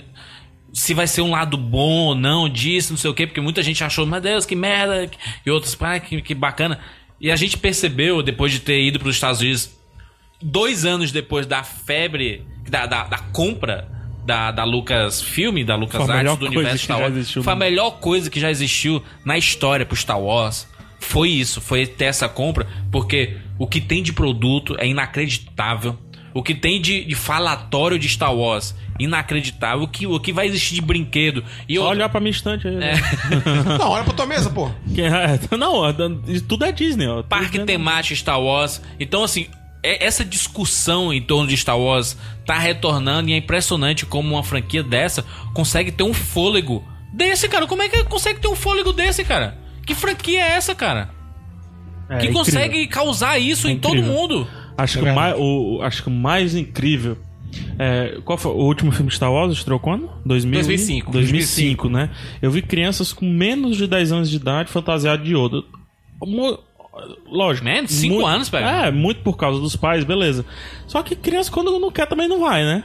se vai ser um lado bom ou não disso, não sei o quê, porque muita gente achou, meu Deus, que merda, e outros, ah, que, que bacana. E a gente percebeu, depois de ter ido para os Estados Unidos, dois anos depois da febre, da, da, da compra da, da Lucasfilm, da Foi a melhor LucasArts, do coisa universo que Star já Wars, existiu foi a no- melhor coisa que já existiu na história pro Star Wars. Foi isso, foi ter essa compra, porque o que tem de produto é inacreditável. O que tem de, de falatório de Star Wars, inacreditável. O que, o que vai existir de brinquedo. E Só outra- É. olhar pra minha estante aí. né? Não, olha pra tua mesa, pô. Que é- Não, é- tudo é Disney, ó. parque Tudo é- temático Star Wars. Então, assim, é- essa discussão em torno de Star Wars tá retornando e é impressionante como uma franquia dessa consegue ter um fôlego desse, cara. Como é que consegue ter um fôlego desse, cara? Que franquia é essa, cara? é que incrível. consegue causar isso em todo incrível. mundo? É Acho que, o mais, o, o- acho que o mais incrível. É, qual foi o último filme de Star Wars? Estreou quando? 2000 e- 2005. 2005, né? Eu vi crianças com menos de 10 anos de idade fantasiadas de Yoda. Mo- Lógico. Man, cinco muito- anos, pega. É, muito por causa dos pais, beleza. Só que criança, quando não quer, também não vai, né?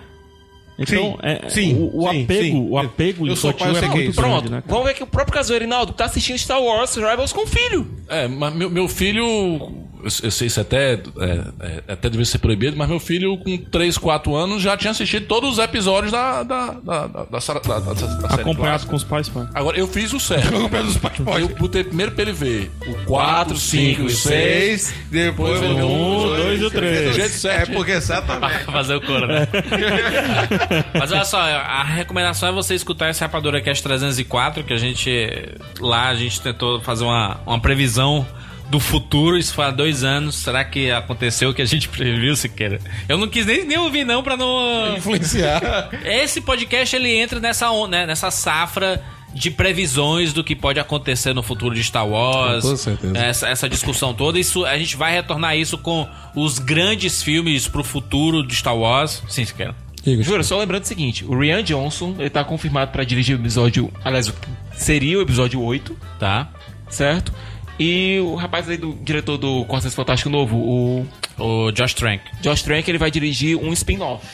Então, Sim, é, sim, o, o sim, apego, sim. o apego Eu sou infantil pai, eu é sei que é um muito isso. grande, Pronto, né, cara? vamos ver que o próprio caso Erinaldo tá assistindo Star Wars Rebels com o filho. É, mas meu, meu filho, eu, eu sei se até, é, é, até devia ser proibido, mas meu filho com 3, 4 anos já tinha assistido todos os episódios da, da, da, da, da, Sara- da- da- da série Acompanhado clássica. com os pais, pai. Agora, eu fiz o certo. Eu botei primeiro pra ele ver o 4, 5 e 6. Seis, depois Depois veio um, um, dois, dois e três. Jeito É certo. porque tá exatamente. Fazer o coro, né? Mas olha só, a recomendação é você escutar esse Rapadura Cast 304, que a gente. Lá a gente tentou fazer uma, uma previsão do futuro, isso foi há dois anos. Será que aconteceu o que a gente previu, Siqueira? Eu não quis nem, nem ouvir, não, pra não. Influenciar. Esse podcast ele entra nessa, on- né, nessa safra de previsões do que pode acontecer no futuro de Star Wars. Com certeza. Essa, essa discussão toda. Isso, a gente vai retornar isso com os grandes filmes pro futuro de Star Wars. Sim, se quer. Jura, só lembrando o seguinte: o Rian Johnson, ele tá confirmado pra dirigir o episódio. Aliás, seria o episódio 8, Tá? certo? E o rapaz aí do diretor do Quarteto Fantástico Novo, o O Josh Trank. Josh Trank, ele vai dirigir um spin-off.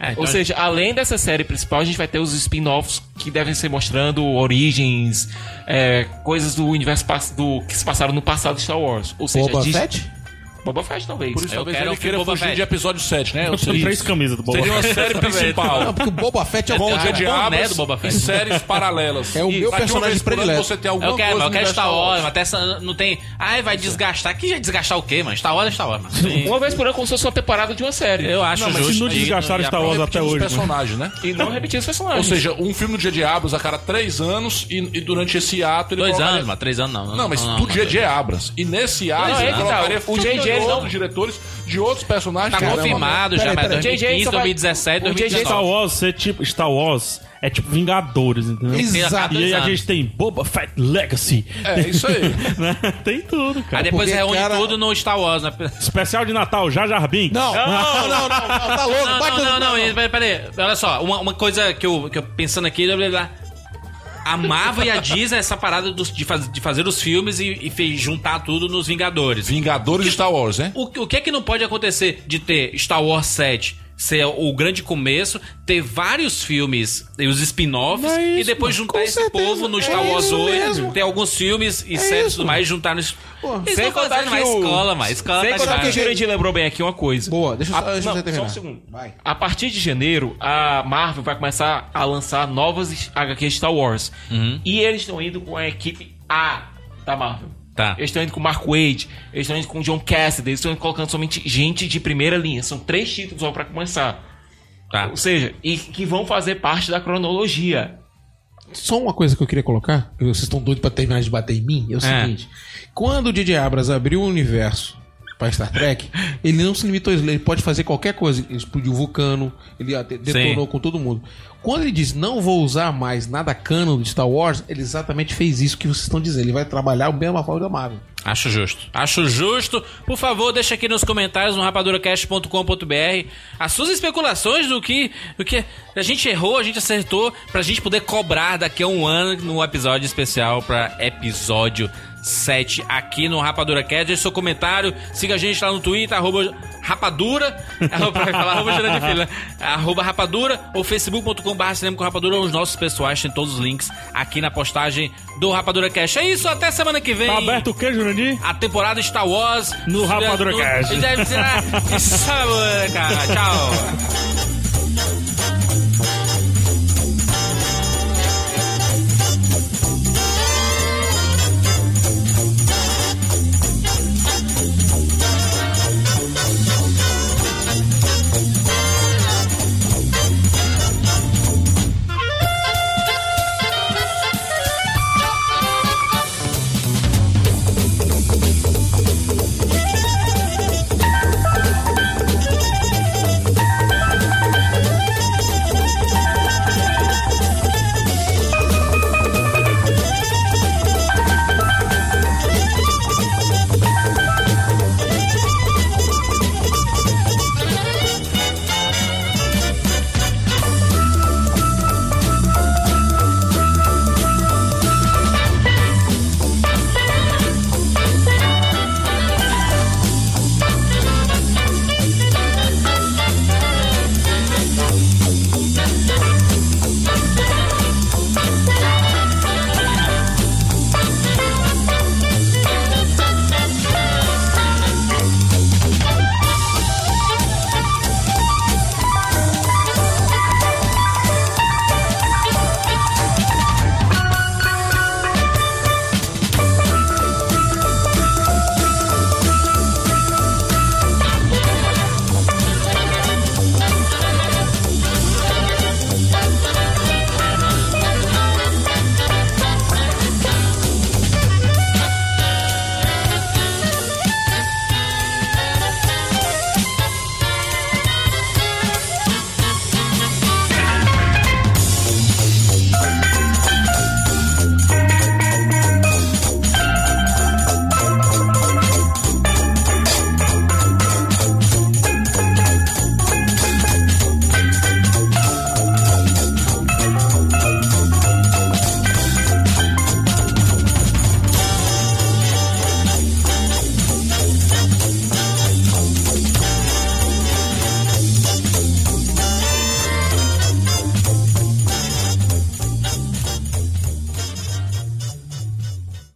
É, Ou Josh- seja, além dessa série principal, a gente vai ter os spin-offs que devem ser mostrando origens, é, coisas do universo pass- do que se passaram no passado de Star Wars. Ou seja, Boba diz- Fett? Boba Fett talvez. É um Por isso, Eu talvez quero ele o queira Boba fugir Fett. de episódio 7, né? Eu Eu tenho sei. três camisas do Boba Seria uma Fett. série principal. Porque o Boba Fett é o Com o cara. J.J. boné Abrams do Boba Fett. e séries paralelas. É o meu Isso. Mas de uma personagem vez por ano predileto. Você tem alguma Eu quero, mas coisa eu quero no é Star Wars, mas até essa não tem. Ai, vai desgastar. Que já desgastar o quê, mano? Star Wars é Star Wars, mano. Sim. Uma vez por ano, como se fosse uma temporada de uma série. Eu acho Não, mas justo. Se não aí, desgastar não- Star Wars até Repetindo os hoje, mano. personagens, né? E não repetir os personagens. Ou seja, um filme no dia de Abras a cada três anos e, e durante esse ato ele Dois colocaria- é. anos, mano. Três anos não. Não, mas do dia de Abras. E nesse ato Não, é que ele tá, colocaria o filme J.J. de não- outros diretores, de outros personagens. Tá Caramba, confirmado já, Peraí, mas peraí. 2015, só vai- 2017, o JJ só- Star 2019. Wars ser tipo. Star Wars é tipo Vingadores, entendeu? Exato. E aí a Exato. gente tem Boba Fett Legacy. É, isso aí. né? Tem tudo, Aí cara. depois é Porque, reúne cara- tudo no Star Wars, né? Especial de Natal, já Jar Binks. Não, não, não, não, não, tá louco. Não, bate não, não, no- não, é e- peraí, peraí. Olha só, uma, uma coisa que eu, que eu pensando aqui, blá, blá, blá. a Marvel e a Disney, essa parada dos- de, faz- de fazer os filmes e, e fez- juntar tudo nos Vingadores. Vingadores de Star Wars, né? O, o que é que não pode acontecer de ter Star Wars 7 ser o grande começo, ter vários filmes e os spin-offs Não é e isso, depois mano. juntar Com esse certeza. povo no É Star Wars isso 8, mesmo. ter alguns filmes e séries e tudo isso. mais juntar no. Eles É Sem estão contar fazendo que mais o- escola, mas escola Sem tá contar que o demais. Jurandir lembrou bem aqui uma coisa. Boa, deixa eu só, A- deixa não, eu só terminar. só um segundo. Vai. A partir de janeiro, a Marvel vai começar a lançar novas HQs Star Wars. Uhum. E eles estão indo com a equipe A da Marvel. Tá. Eles estão indo com o Mark Wade, eles estão indo com o John Cassidy, eles estão colocando somente gente de primeira linha. São três títulos só pra começar. Tá. Ou seja, e que vão fazer parte da cronologia. Só uma coisa que eu queria colocar, eu- vocês estão doidos pra terminar de bater em mim, é o seguinte. Quando o DJ Abras abriu o universo pra Star Trek, ele não se limitou a isso, ele pode fazer qualquer coisa. Ele explodiu o vulcano, ele até detonou com todo mundo. Quando ele diz não vou usar mais nada canon de Star Wars, ele exatamente fez isso que vocês estão dizendo. Ele vai trabalhar o mesmo forma da Marvel. Acho justo. Acho justo. Por favor, deixa aqui nos comentários no rapaduracast.com.br as suas especulações do que, do que a gente errou, a gente acertou, pra gente poder cobrar daqui a um ano no episódio especial pra episódio 7 aqui no Rapadura Cast. Deixe seu comentário, siga a gente lá no Twitter, arroba rapadura, arroba, pra falar, arroba, Jurandir Filho, né? arroba rapadura ou facebook.com.br cinema com rapadura. Os nossos pessoais têm todos os links aqui na postagem do Rapadura Cast. É isso, até semana que vem Tá aberto o que, Jurandir? a temporada Star Wars No Rapadura Cast. E deve ser na. Isso, cara. Tchau.